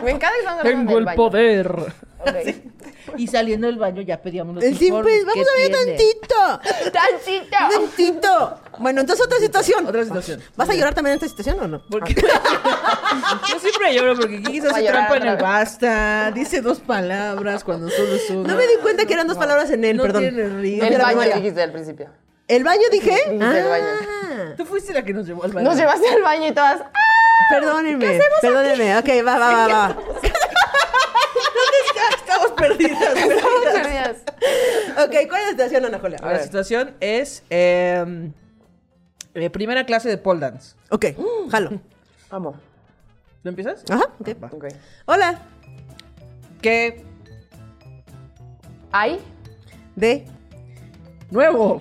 Speaker 3: Me encanta el control del baño.
Speaker 1: poder.
Speaker 3: Ok.
Speaker 4: Y saliendo del baño ya pedíamos los
Speaker 2: El simple,
Speaker 4: informes.
Speaker 2: vamos
Speaker 4: ¿Qué
Speaker 2: a ver
Speaker 4: tiene?
Speaker 2: tantito.
Speaker 3: <laughs> ¡Tantito!
Speaker 2: Tantito. Bueno, entonces otra situación.
Speaker 1: Otra situación.
Speaker 2: ¿Vas a llorar también en esta situación o no?
Speaker 1: Porque... Yo siempre lloro porque Kiki se
Speaker 3: Va a
Speaker 1: hace
Speaker 3: llorar
Speaker 1: trampa en el
Speaker 3: otra
Speaker 1: basta. Dice dos palabras cuando solo es una.
Speaker 2: No me di cuenta que eran dos palabras en él,
Speaker 1: No
Speaker 2: perdón.
Speaker 1: tiene ritmo.
Speaker 2: Fui a
Speaker 3: El
Speaker 2: la
Speaker 3: baño Ah.
Speaker 2: primaria.
Speaker 3: dijiste al principio.
Speaker 2: ¿El baño dije?
Speaker 3: dijiste el baño.
Speaker 2: Ah.
Speaker 1: Tú fuiste la que nos llevó al baño.
Speaker 3: Nos llevaste al baño y todas. ¡ah!
Speaker 2: Perdónenme. Perdónenme. Ok, va, va, va, va.
Speaker 1: Estamos perdidas.
Speaker 2: <laughs>
Speaker 3: Estamos perdidas.
Speaker 2: Ok, ¿cuál es la situación, Ana Julia?
Speaker 3: A
Speaker 1: La
Speaker 3: ver.
Speaker 1: situación es eh, eh, primera clase de pole dance.
Speaker 2: Ok, jalo.
Speaker 3: Vamos.
Speaker 1: ¿Lo empiezas?
Speaker 2: Ajá, ok.
Speaker 3: Ok.
Speaker 2: Hola.
Speaker 1: Que
Speaker 3: Ay,
Speaker 2: De.
Speaker 1: nuevo.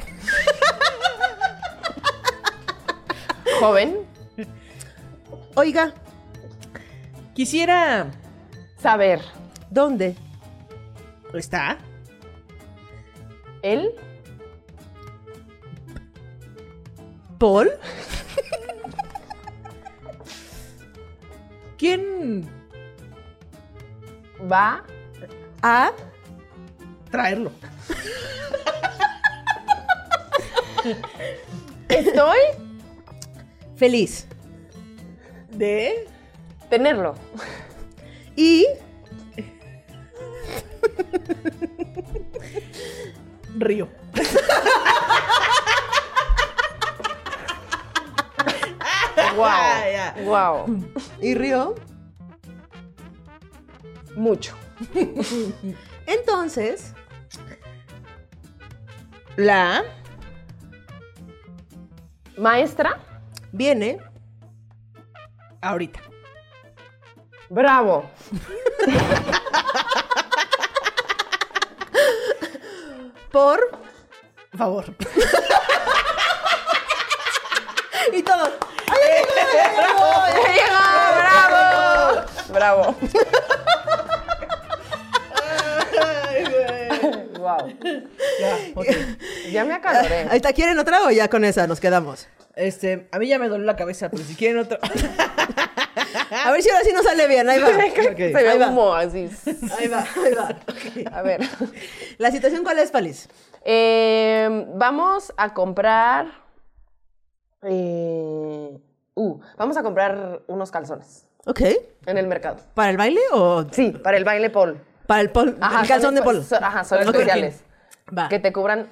Speaker 3: joven,
Speaker 2: Oiga,
Speaker 1: Quisiera
Speaker 3: saber.
Speaker 2: ¿dónde?
Speaker 1: está
Speaker 3: Él,
Speaker 2: ¿Paul?
Speaker 1: quién
Speaker 3: va,
Speaker 2: ¿A?
Speaker 1: traerlo.
Speaker 3: estoy,
Speaker 2: Feliz.
Speaker 1: De
Speaker 3: tenerlo.
Speaker 2: Y.
Speaker 1: Río. <laughs> ya.
Speaker 3: Wow. Wow.
Speaker 2: Y río.
Speaker 3: Mucho.
Speaker 2: Entonces.
Speaker 1: La
Speaker 3: Maestra,
Speaker 2: Viene.
Speaker 1: ahorita.
Speaker 3: bravo.
Speaker 2: Por.
Speaker 1: Por favor.
Speaker 2: Y todos.
Speaker 3: ¡Bravo! <laughs> ¡Bravo! wow. Ya me acaloré.
Speaker 2: <laughs> Ahí está, ¿quieren otra o ya con esa nos quedamos?
Speaker 1: Este, a mí ya me dolió la cabeza, pero si quieren otro. <laughs>
Speaker 2: A ver si ahora sí nos sale bien.
Speaker 3: <laughs>
Speaker 2: Ahí va.
Speaker 3: Se
Speaker 2: Ahí
Speaker 3: ve
Speaker 2: va.
Speaker 3: humo así.
Speaker 2: Ahí va, ahí va. Ok.
Speaker 3: A ver.
Speaker 2: ¿La situación cuál es, Palis?
Speaker 3: Eh, vamos a comprar. eh, uh, vamos a comprar unos calzones
Speaker 2: Ok.
Speaker 3: en el mercado.
Speaker 2: ¿Para el baile o
Speaker 3: Sí, para el baile Paul.
Speaker 2: para el, pol- el calzón de
Speaker 3: son
Speaker 2: polo?
Speaker 3: espe- so- ajá, son
Speaker 2: Ok.
Speaker 3: especiales.
Speaker 2: Va.
Speaker 3: Que te cubran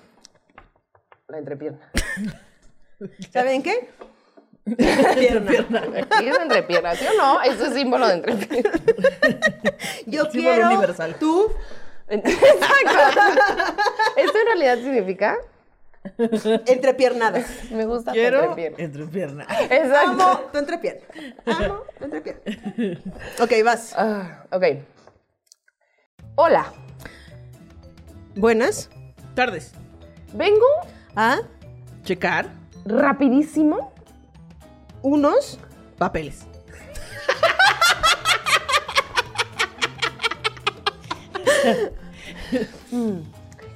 Speaker 3: la entrepierna.
Speaker 2: ¿Saben qué? Pierna.
Speaker 3: Aquí es entrepierna, ¿sí o no? Eso es símbolo de entrepierna.
Speaker 2: Yo
Speaker 1: Símbolo
Speaker 2: quiero
Speaker 1: universal.
Speaker 2: tú
Speaker 3: <laughs> Exacto. Esto en realidad significa
Speaker 2: entrepiernadas.
Speaker 3: me gusta tu
Speaker 1: Quiero
Speaker 3: entrepierna.
Speaker 1: entre piernas.
Speaker 3: Exacto.
Speaker 2: Amo tu entrepierna. Amo tu entrepierna. Ok, vas.
Speaker 3: Ah, ok. Hola,
Speaker 2: Buenas.
Speaker 1: Tardes.
Speaker 3: vengo
Speaker 2: A
Speaker 1: Checar
Speaker 3: rapidísimo
Speaker 2: unos
Speaker 1: papeles.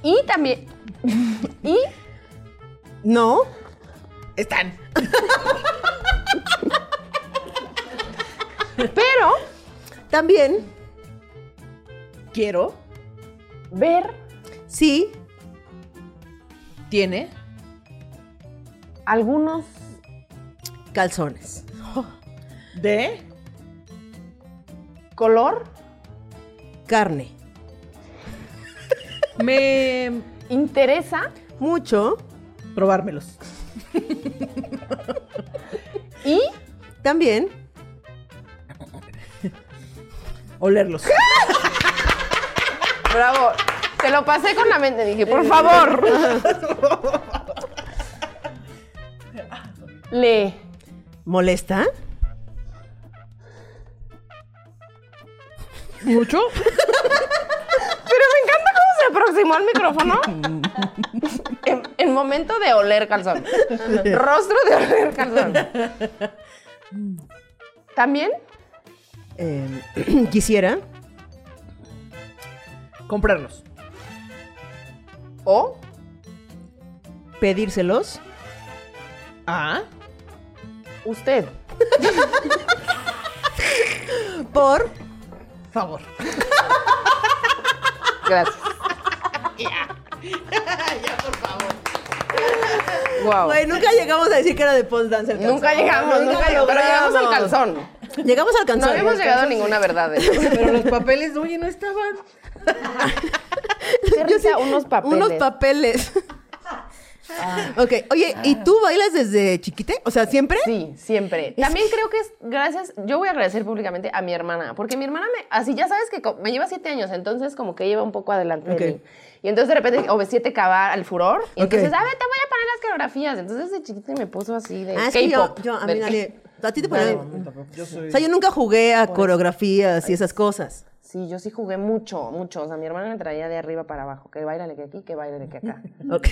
Speaker 3: y también y
Speaker 2: no
Speaker 1: Están.
Speaker 3: pero
Speaker 2: también
Speaker 1: Quiero.
Speaker 3: ver
Speaker 2: sí
Speaker 1: Tiene.
Speaker 3: algunos
Speaker 2: calzones.
Speaker 1: De.
Speaker 3: color
Speaker 2: Carne.
Speaker 1: Me.
Speaker 3: interesa
Speaker 2: Mucho
Speaker 1: Probármelos.
Speaker 3: y
Speaker 2: también
Speaker 1: Olerlos.
Speaker 3: bravo. Te lo pasé con la mente, dije, por favor. Le
Speaker 2: molesta.
Speaker 1: ¿Mucho?
Speaker 3: Pero me encanta cómo se aproximó al micrófono. en, en momento de oler calzón. Rostro de oler calzón. También
Speaker 2: Eh, <clears throat> quisiera
Speaker 1: Comprarlos.
Speaker 3: o
Speaker 2: pedírselos
Speaker 1: Ah.
Speaker 3: usted.
Speaker 2: por
Speaker 1: Favor.
Speaker 3: Gracias. Wow.
Speaker 2: Güey, nunca llegamos a decir que era de pole dance el
Speaker 3: Nunca
Speaker 2: calzón.
Speaker 3: llegamos, nunca llegamos, pero llegamos al calzón.
Speaker 2: Llegamos al calzón.
Speaker 3: No habíamos llegado a ninguna verdad. de eso.
Speaker 1: Pero los papeles, oye, no estaban.
Speaker 3: <laughs> Qué risa, unos papeles. Ah.
Speaker 2: Unos papeles. Ok, oye, ¿y tú bailas desde chiquite? O sea, ¿siempre?
Speaker 3: Sí, siempre. También creo que es gracias, yo voy a agradecer públicamente a mi hermana, porque mi hermana me, así ya sabes que co- me lleva siete años, entonces como que lleva un poco adelante
Speaker 2: Ok.
Speaker 3: de mí. Y entonces de repente, o siete cavar al furor, y
Speaker 2: Ok.
Speaker 3: entonces, a ver, te voy a poner las coreografías. Entonces de chiquita me puso así de
Speaker 2: Ah, es que yo,
Speaker 3: K-pop.
Speaker 2: yo, a mí
Speaker 3: del-
Speaker 2: nadie. A ti te
Speaker 1: Pues,
Speaker 2: ponían.
Speaker 1: Yo soy. <laughs>
Speaker 2: O sea, yo nunca jugué a coreografías y esas cosas.
Speaker 3: Sí, yo sí jugué mucho, mucho. O sea, mi hermana me traía de arriba para abajo, que bailale que aquí, que bailale que
Speaker 2: <laughs>
Speaker 3: acá.
Speaker 2: Ok,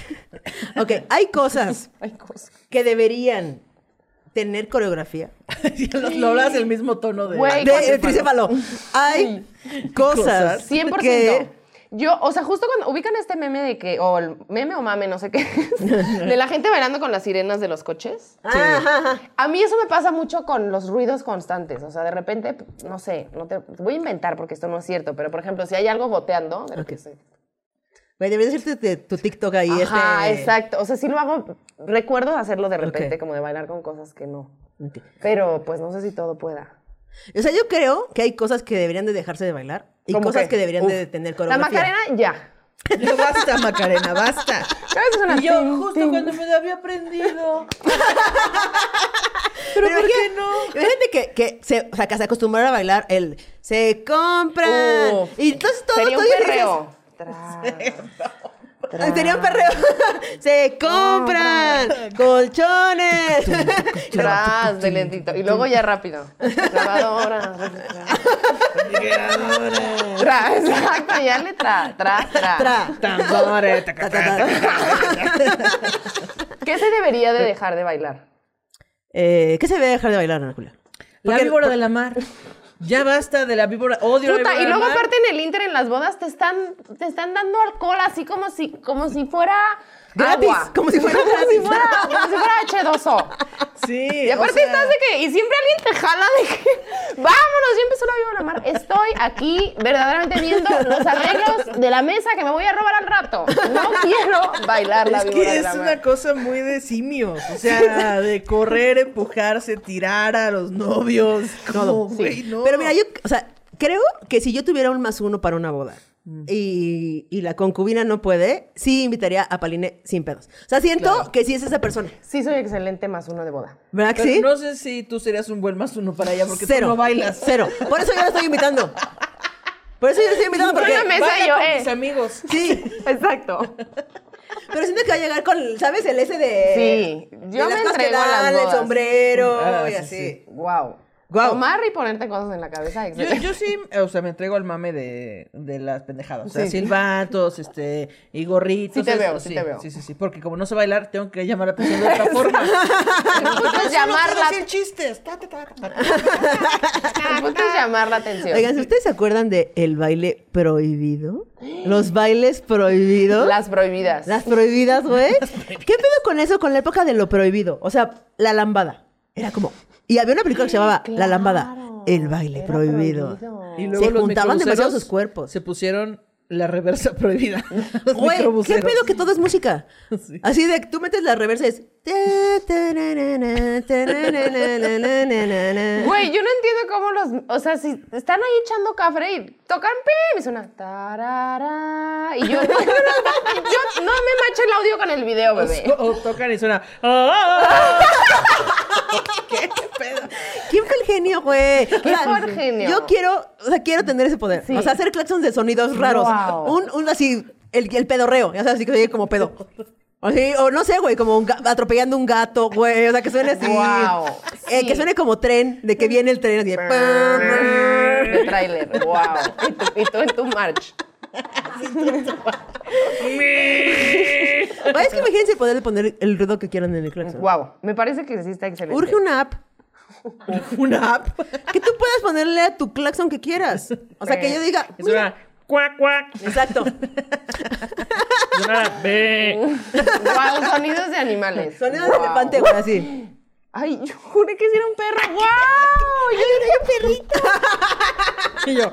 Speaker 2: Ok, hay cosas
Speaker 3: Ay, cosas.
Speaker 2: que deberían tener coreografía.
Speaker 1: lo, lo hablas el mismo tono de.
Speaker 3: Güey. Hay cosas,
Speaker 2: De el tricéfalo. Hay cosas.
Speaker 3: 100%.
Speaker 2: que-
Speaker 3: Yo, o sea, justo cuando ubican este meme de que, o el meme o mame, no sé qué,
Speaker 2: <laughs>
Speaker 3: es, de la gente bailando con las sirenas de los coches.
Speaker 2: Ah, ajá, ajá.
Speaker 3: A mí eso me pasa mucho con los ruidos constantes. O sea, de repente, no sé, no te voy a inventar porque esto no es cierto, pero por ejemplo, si hay algo boteando, de repente se-
Speaker 2: Güey, deberías irte de tu TikTok ahí.
Speaker 3: Ajá,
Speaker 2: este-
Speaker 3: exacto. O sea, sí lo hago, recuerdo hacerlo de repente,
Speaker 2: Ok.
Speaker 3: como de bailar con cosas que no.
Speaker 2: Ok.
Speaker 3: Pero pues no sé si todo pueda.
Speaker 2: O sea, yo creo que hay cosas que deberían de dejarse de bailar y
Speaker 3: ¿Cómo
Speaker 2: cosas
Speaker 3: qué?
Speaker 2: que deberían
Speaker 3: Uf.
Speaker 2: de tener
Speaker 3: La
Speaker 2: coreografía.
Speaker 3: Macarena, ya.
Speaker 1: No,
Speaker 3: <laughs>
Speaker 1: basta, Macarena, basta.
Speaker 3: ¿Sabes? Es una
Speaker 1: Y yo,
Speaker 3: tin,
Speaker 1: justo
Speaker 3: tin.
Speaker 1: cuando me la había aprendido.
Speaker 2: Pero,
Speaker 1: ¿por qué no?
Speaker 2: Imagínate que, que se, o sea, que se acostumbrara a bailar el se compra.
Speaker 1: Oh.
Speaker 3: Uf.
Speaker 2: y entonces todo
Speaker 3: Sería un
Speaker 2: todo ya
Speaker 3: perreo.
Speaker 2: dices, Sería un perreo. <laughs> se compran colchones.
Speaker 3: Tras, tras, de lentito. Y luego ya rápido.
Speaker 2: <laughs>
Speaker 3: Lavadora. Tras, <laughs> exacto. Ya le tra, tra, tra.
Speaker 2: <laughs> Tra.
Speaker 1: Tambores.
Speaker 2: Ta, ta, ta.
Speaker 3: ¿Qué se debería de dejar de bailar?
Speaker 2: Eh, ¿Qué se debe dejar de bailar, Ana Julia?
Speaker 1: La
Speaker 2: Porque-
Speaker 1: víbora de la mar. Ya basta de la víbora. Odio la
Speaker 3: Puta,
Speaker 1: víbora
Speaker 3: y
Speaker 1: de la
Speaker 3: luego
Speaker 1: mar.
Speaker 3: aparte en el Inter, en las bodas, te están, te están dando alcohol así como si, como si fuera
Speaker 2: Gratis,
Speaker 3: agua.
Speaker 2: como si fuera
Speaker 3: como si
Speaker 2: gratis.
Speaker 3: fuera, como si fuera H2O.
Speaker 1: Sí.
Speaker 3: Y aparte
Speaker 1: o sea,
Speaker 3: estás de que, y siempre alguien te jala de que, vámonos, ya empezó la víbora mar. Estoy aquí verdaderamente viendo los arreglos de la mesa que me voy a robar al rato. No quiero bailar la
Speaker 1: Es
Speaker 3: víbora
Speaker 1: que
Speaker 3: de
Speaker 1: es
Speaker 3: la
Speaker 1: una
Speaker 3: mar.
Speaker 1: cosa muy de simios, o sea, de correr, empujarse, tirar a los novios, como, güey, no.
Speaker 2: Pero mira, yo, o sea, creo que si yo tuviera un más uno para una boda
Speaker 1: Mm.
Speaker 2: y, y la concubina no puede, sí invitaría a Paline sin pedos. O sea, siento que sí es esa persona.
Speaker 3: Sí, soy excelente más uno de boda.
Speaker 2: ¿Verdad que
Speaker 1: Pero
Speaker 2: sí?
Speaker 1: no sé si tú serías un buen más uno para ella, porque
Speaker 2: Cero.
Speaker 1: tú no bailas.
Speaker 2: Cero. Por eso yo la estoy invitando. Por eso yo la estoy invitando
Speaker 3: Yo
Speaker 2: porque.
Speaker 3: no me- Esa
Speaker 1: Baila
Speaker 3: yo,
Speaker 1: con
Speaker 3: eh.
Speaker 1: mis amigos.
Speaker 2: Sí,
Speaker 3: Exacto.
Speaker 2: pero siento que va a llegar con, ¿sabes? El ese de.
Speaker 3: Sí, yo
Speaker 2: de las
Speaker 3: me
Speaker 2: cosas que
Speaker 3: entrego a las
Speaker 2: dan, el
Speaker 3: bodas.
Speaker 2: sombrero
Speaker 1: Ah,
Speaker 2: y
Speaker 1: sí,
Speaker 2: así.
Speaker 1: sí.
Speaker 3: Wow.
Speaker 2: Guau.
Speaker 3: Tomar y ponerte cosas en la cabeza.
Speaker 1: Yo,
Speaker 3: excelente.
Speaker 1: yo sí, eh, o sea, me entrego al mame de, de las pendejadas. O sea,
Speaker 3: Sí.
Speaker 1: silbatos, este, y gorritos.
Speaker 3: Sí te
Speaker 1: es-
Speaker 3: veo, sí
Speaker 1: sí
Speaker 3: te veo.
Speaker 1: Sí, sí, sí, porque como no sé bailar, tengo que llamar la atención de otra
Speaker 3: <laughs>
Speaker 1: forma.
Speaker 3: El punto es llamar la-
Speaker 1: hacer chistes. ta, ta, ta, ta, ta.
Speaker 3: el punto es llamar la atención.
Speaker 2: Oigan, ¿ustedes se acuerdan de el baile prohibido? Los bailes prohibidos.
Speaker 3: Las prohibidas.
Speaker 2: Las prohibidas, güey. ¿Qué pedo con eso, con la época de lo prohibido? O sea, la lambada. Era como. Y había una película que se llamaba La lambada. El baile
Speaker 3: era
Speaker 2: prohibido.
Speaker 3: prohibido.
Speaker 1: Y
Speaker 2: Se juntaban demasiado
Speaker 1: microbuseros
Speaker 2: sus cuerpos.
Speaker 1: Se pusieron la reversa <laughs> prohibida. Los
Speaker 2: Güey, ¿qué
Speaker 1: microbuseros.
Speaker 2: pedo
Speaker 1: <laughs>
Speaker 2: que todo es música?
Speaker 1: Sí.
Speaker 2: Así de que tú metes la reversa y es.
Speaker 3: Güey, yo no entiendo cómo los. O sea, si están ahí echando café y tocan pim, y suena. tarara, y yo. <laughs> yo no me macho el audio con el
Speaker 1: <laughs>
Speaker 3: video, bebé.
Speaker 1: O, o Oh, tocan y suena. "Ah". ¿Qué pedo?
Speaker 2: ¿Quién fue el genio, güey? ¿Quién
Speaker 3: fue el genio?
Speaker 2: Yo quiero, o sea, quiero tener ese poder.
Speaker 3: Sí.
Speaker 2: O sea, hacer claxons de sonidos raros.
Speaker 3: Wow.
Speaker 2: Un, un así, el, el pedorreo. Ya sabes, así que oye como pedo. O, sí, o no sé, güey, como un ga- atropellando un gato, güey. O sea, que suene así.
Speaker 3: Wow.
Speaker 2: Eh,
Speaker 3: Sí.
Speaker 2: Que suene como tren, de que viene el tren. Así de, pam, pam. <laughs>
Speaker 3: De tráiler, wow. Y tú, y tú en tu march.
Speaker 2: Güey, es que imagínense el poder de poner el ruido que quieran en el claxon.
Speaker 3: Wow. Me parece que sí está excelente.
Speaker 2: Urge una app
Speaker 1: <laughs> Una app.
Speaker 2: que tú puedas ponerle a tu claxon que quieras. O sea, que yo diga.
Speaker 1: Es una. Cuac, cuac.
Speaker 2: Exacto.
Speaker 1: Es una. Ve.
Speaker 3: Wow, sonidos de animales.
Speaker 2: Sonidos de
Speaker 3: Guau.
Speaker 2: elefante, güey, así.
Speaker 3: Ay, yo juré que sí era un perro. ¡Wow! Yo era un perrito.
Speaker 1: <laughs> Y yo.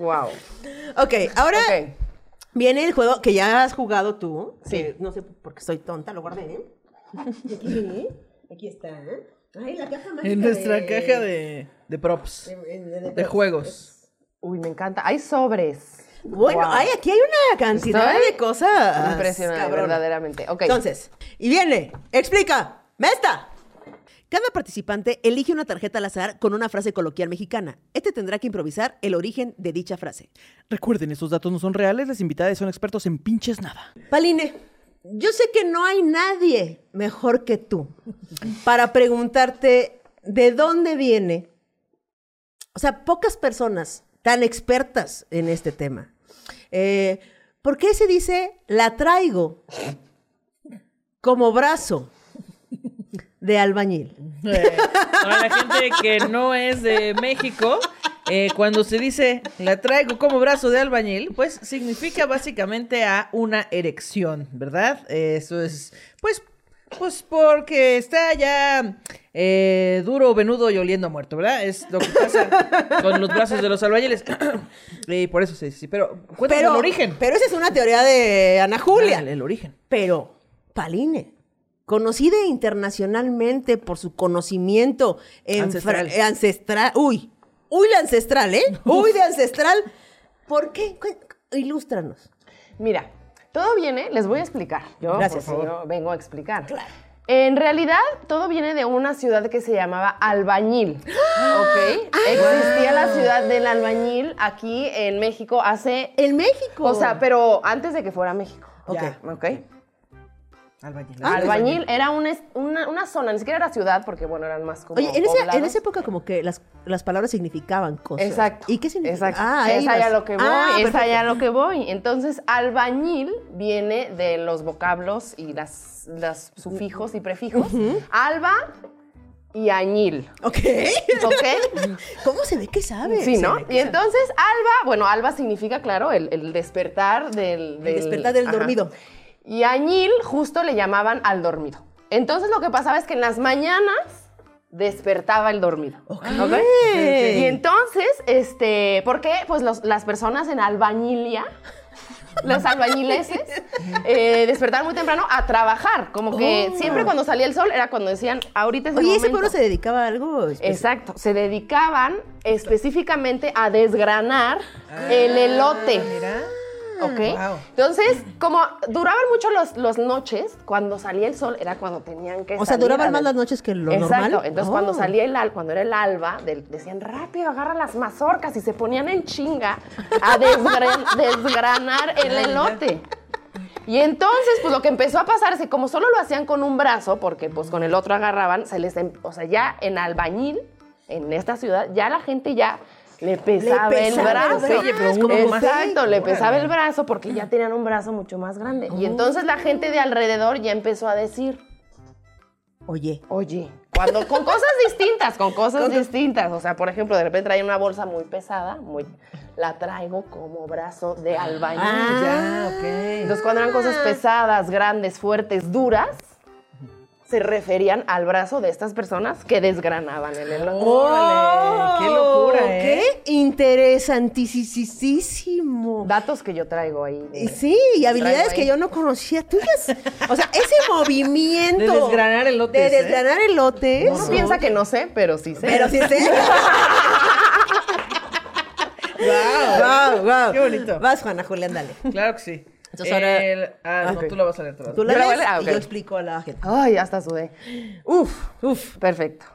Speaker 3: Wow.
Speaker 2: Ok, ahora
Speaker 3: Ok.
Speaker 2: Viene el juego que ya has jugado tú.
Speaker 3: Sí.
Speaker 2: que No sé por qué soy tonta, lo guardé. ¿eh? Y Aquí viene. Aquí está. Ay, la caja mágica
Speaker 1: En nuestra
Speaker 2: de-
Speaker 1: caja de, de props,
Speaker 2: de- de- de-
Speaker 1: de juegos.
Speaker 3: Uy, me encanta. Hay sobres.
Speaker 2: Bueno,
Speaker 3: Wow.
Speaker 2: ay, aquí hay una cantidad
Speaker 3: Estoy
Speaker 2: de cosas.
Speaker 3: Impresionante,
Speaker 2: cabrón.
Speaker 3: verdaderamente. Ok.
Speaker 2: Entonces, y viene, explica, Mesta. Cada participante elige una tarjeta al azar con una frase coloquial mexicana. Este tendrá que improvisar el origen de dicha frase.
Speaker 1: Recuerden, estos datos no son reales, las invitadas son expertos en pinches nada.
Speaker 2: Paline, yo sé que no hay nadie mejor que tú para preguntarte de dónde viene. O sea, pocas personas tan expertas en este tema. Eh, ¿Por qué se dice la traigo como brazo de albañil?
Speaker 1: para la gente que no es de México, eh, cuando se dice la traigo como brazo de albañil, pues significa básicamente a una erección, ¿verdad? Eso es, pues, pues porque está ya eh, duro, venudo y oliendo a muerto, ¿verdad? Es lo que pasa con los brazos de los albañiles. <coughs> y por eso se dice, así. pero cuéntanos el origen.
Speaker 2: pero esa es una teoría de Ana Julia.
Speaker 1: Dale, el origen.
Speaker 2: Pero Paline, conocida internacionalmente por su conocimiento en
Speaker 1: Ancestral.
Speaker 2: fra- eh, ancestral- Uy, uy, la ancestral, <laughs> ¿eh? Uy, de ancestral. ¿Por qué? Cu- Ilústranos.
Speaker 3: Mira, todo viene, les voy a explicar. Yo,
Speaker 2: Gracias.
Speaker 3: por favor, vengo a explicar. En realidad, todo viene de una ciudad que se llamaba Albañil.
Speaker 2: ¡Ah!
Speaker 3: ¿Ok? Existía la ciudad del Albañil aquí en México hace.
Speaker 2: En México.
Speaker 3: O sea, pero antes de que fuera México.
Speaker 2: Ok.
Speaker 3: Ya, ¿Ok?
Speaker 1: Albañil.
Speaker 3: Albañil era una, es- una, una zona, ni siquiera era ciudad, porque bueno, eran más como
Speaker 2: Oye, en esa, en
Speaker 3: poblados.
Speaker 2: esa época como que las, las palabras significaban cosas.
Speaker 3: Exacto.
Speaker 2: ¿Y qué significa? Ah,
Speaker 3: Exacto. es allá lo que voy, es allá
Speaker 2: allá
Speaker 3: lo que voy. Entonces, albañil viene de los vocablos y las, las sufijos y prefijos. Alba y añil. <laughs>
Speaker 2: Ok. <laughs>
Speaker 3: ¿Ok?
Speaker 2: ¿Cómo se ve que sabe?
Speaker 3: Sí,
Speaker 2: Se
Speaker 3: ¿no?
Speaker 2: ve que
Speaker 3: Y
Speaker 2: sabe.
Speaker 3: entonces, alba, bueno, alba significa, claro, el, el despertar del, del.
Speaker 2: despertar del dormido.
Speaker 3: Y añil justo le llamaban al dormido. Entonces, lo que pasaba es que en las mañanas despertaba el dormido. ¿ok? Y entonces, este, ¿por qué? Pues los- las personas en albañilia, <laughs> los albañileses, eh, despertaban muy temprano a trabajar. Como que
Speaker 2: Oh.
Speaker 3: siempre cuando salía el sol era cuando decían, ahorita es el
Speaker 2: Oye, ¿ese
Speaker 3: momento".
Speaker 2: pueblo se dedicaba a algo? específico?
Speaker 3: Exacto, se dedicaban específicamente a desgranar el elote.
Speaker 1: Mira.
Speaker 3: ¿Ok?
Speaker 1: Wow.
Speaker 3: Entonces, como duraban mucho los, los noches, cuando salía el sol era cuando tenían que
Speaker 2: O sea,
Speaker 3: salir a
Speaker 2: duraban más
Speaker 3: des-
Speaker 2: las noches que lo normal.
Speaker 3: Exacto. Entonces, cuando
Speaker 2: Oh.
Speaker 3: salía el al, cuando era el alba, del- decían rápido, agarra las mazorcas y se ponían en chinga a desgra- <laughs> desgranar el elote. Y entonces, pues lo que empezó a pasarse, como solo lo hacían con un brazo, porque pues con el otro agarraban, se les, em- o sea, ya en albañil, en esta ciudad, ya la gente ya le pesaba, el
Speaker 2: pesaba el
Speaker 3: brazo.
Speaker 2: brazo. Oye, pero un poco más.
Speaker 3: Exacto, le
Speaker 1: Órale.
Speaker 3: pesaba el brazo porque ya tenían un brazo mucho más grande. Y entonces la gente de alrededor ya empezó a decir,
Speaker 2: Oye.
Speaker 3: Oye, cuando con cosas distintas, con cosas distintas. O sea, por ejemplo, de repente trae una bolsa muy pesada, muy, la traigo como brazo de albañil.
Speaker 1: Ya, ok.
Speaker 3: Entonces, cuando eran
Speaker 2: Ah.
Speaker 3: cosas pesadas, grandes, fuertes, duras, se referían al brazo de estas personas que desgranaban el elote.
Speaker 2: Oh.
Speaker 1: ¡Órale! ¡Qué locura, eh!
Speaker 2: ¡Qué interesantísimo!
Speaker 3: Datos que yo traigo ahí.
Speaker 2: Y Sí, y habilidades
Speaker 3: ahí.
Speaker 2: que yo no conocía tuyas. O sea, ese movimiento.
Speaker 1: De desgranar elotes,
Speaker 2: De
Speaker 1: ¿eh?
Speaker 2: desgranar elotes.
Speaker 3: Uno piensa que ¿eh? no sé, pero sí sé.
Speaker 2: Pero sí sé.
Speaker 1: ¡Wow!
Speaker 2: wow, wow.
Speaker 1: Qué bonito.
Speaker 2: Vas, Juana Julián, dale.
Speaker 1: Claro que sí.
Speaker 2: Entonces, ahora-
Speaker 1: El- ah,
Speaker 2: Ok.
Speaker 1: no, tú la vas a leer. tú la vas a
Speaker 2: Tú la
Speaker 3: ¿Yo la voy a
Speaker 2: ves
Speaker 3: leer? Ah,
Speaker 2: y
Speaker 3: ok. Ah,
Speaker 2: yo explico a la gente.
Speaker 3: Ay, hasta sudé. Uf, uf, perfecto.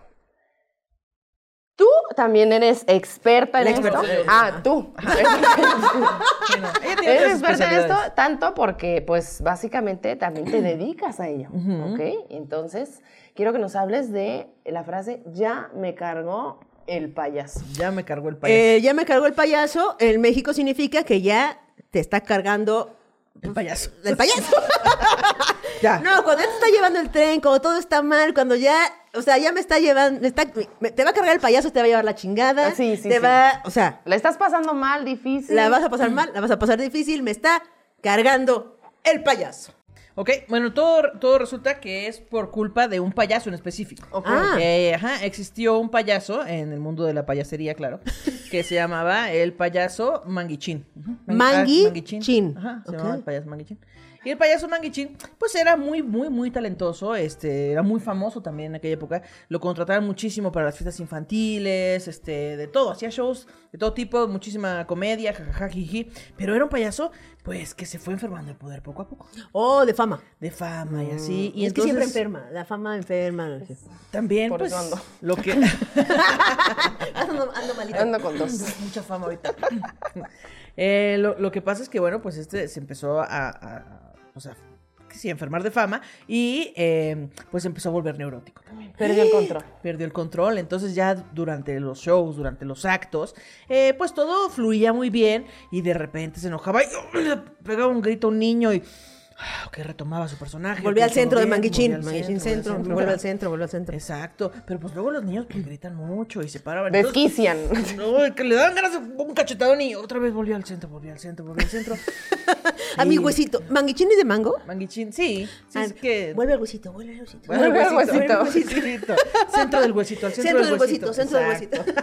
Speaker 3: Tú también eres experta en
Speaker 2: La
Speaker 3: esto.
Speaker 2: experta
Speaker 1: soy yo.
Speaker 3: Ah, tú.
Speaker 1: leer.
Speaker 2: Ah,
Speaker 1: Sí, no. Ella
Speaker 3: <laughs>
Speaker 1: tiene otras
Speaker 3: eres experta en esto
Speaker 1: especialidades.
Speaker 3: tanto porque, pues, básicamente también te dedicas a ello, ¿ok? Entonces, quiero que nos hables de la frase, ya me cargó el payaso.
Speaker 1: Ya me cargó el payaso.
Speaker 2: Eh, ya me cargó el payaso. En México significa que ya te está cargando
Speaker 1: el payaso.
Speaker 2: el payaso.
Speaker 1: Ya.
Speaker 2: No, cuando ya te está llevando el tren, cuando todo está mal, cuando ya, o sea, ya me está llevando, me está- me- te va a cargar el payaso, te va a llevar la chingada.
Speaker 3: Ah, sí, sí,
Speaker 2: Te
Speaker 3: sí.
Speaker 2: va, o sea,
Speaker 3: La estás pasando mal, difícil.
Speaker 2: la vas a pasar mal, la vas a pasar difícil, me está cargando el payaso.
Speaker 1: Ok, bueno, todo, todo resulta que es por culpa de un payaso en específico.
Speaker 3: Ok.
Speaker 2: Ah.
Speaker 1: Eh, ajá, existió un payaso en el mundo de la payasería, claro, que se llamaba el payaso Manguichín. Ujú, Mangui- ah,
Speaker 2: Mangui-
Speaker 1: Manguichín.
Speaker 2: Chin.
Speaker 1: Ajá, se
Speaker 2: Ok.
Speaker 1: llamaba el payaso Manguichín. Y el payaso Manguichín, pues era muy, muy, muy talentoso, este, era muy famoso también en aquella época. Lo contrataban muchísimo para las fiestas infantiles, este, de todo, hacía shows de todo tipo, muchísima comedia, jajaja, jiji. Pero era un payaso, pues, que se fue enfermando de poder poco a poco,
Speaker 2: Oh, de fama.
Speaker 1: de fama y así. Y
Speaker 2: es que siempre
Speaker 1: entonces,
Speaker 2: enferma, la fama enferma.
Speaker 1: También,
Speaker 3: Por
Speaker 1: pues,
Speaker 3: eso ando.
Speaker 1: lo
Speaker 2: <laughs>
Speaker 1: que... <laughs>
Speaker 2: Ando, <laughs> ando malita.
Speaker 3: Ando con dos.
Speaker 1: mucha fama ahorita. <laughs> Eh, lo, lo que pasa es que, bueno, pues este se empezó a, a- a- o sea, que sí, a enfermar de fama y eh, pues empezó a volver neurótico también.
Speaker 3: Perdió el control.
Speaker 1: <gasps> Perdió el control, entonces ya durante los shows, durante los actos, eh, pues todo fluía muy bien y de repente se enojaba y ¡oh! <clears throat> le pegaba un grito a un niño y ah, que retomaba su personaje.
Speaker 2: Volví
Speaker 1: que
Speaker 2: al
Speaker 1: todo
Speaker 2: centro de
Speaker 1: bien,
Speaker 2: Manguichín.
Speaker 1: volvió al
Speaker 2: Manguichín
Speaker 1: centro, volvió
Speaker 2: centro,
Speaker 1: al
Speaker 2: vuelve al centro, vuelve al centro.
Speaker 1: Exacto, pero pues luego los niños pues, gritan mucho y se paraban. Entonces,
Speaker 3: Desquician.
Speaker 1: <laughs> no, es que le daban ganas de un cachetadón y otra vez volvió al centro, volvió al centro, volvió al
Speaker 2: <laughs>
Speaker 1: centro.
Speaker 2: A Ah, mi
Speaker 1: Sí.
Speaker 2: huesito. ¿Manguichín es de mango?
Speaker 1: Manguichín, sí. sí
Speaker 2: Ah,
Speaker 1: es que.
Speaker 2: Vuelve al huesito, vuelve al huesito.
Speaker 1: Bueno,
Speaker 3: Vuelve al
Speaker 1: vuelve al
Speaker 3: huesito.
Speaker 1: huesito. Centro del huesito, al centro,
Speaker 2: Centro del huesito, centro del
Speaker 1: exacto.
Speaker 2: huesito.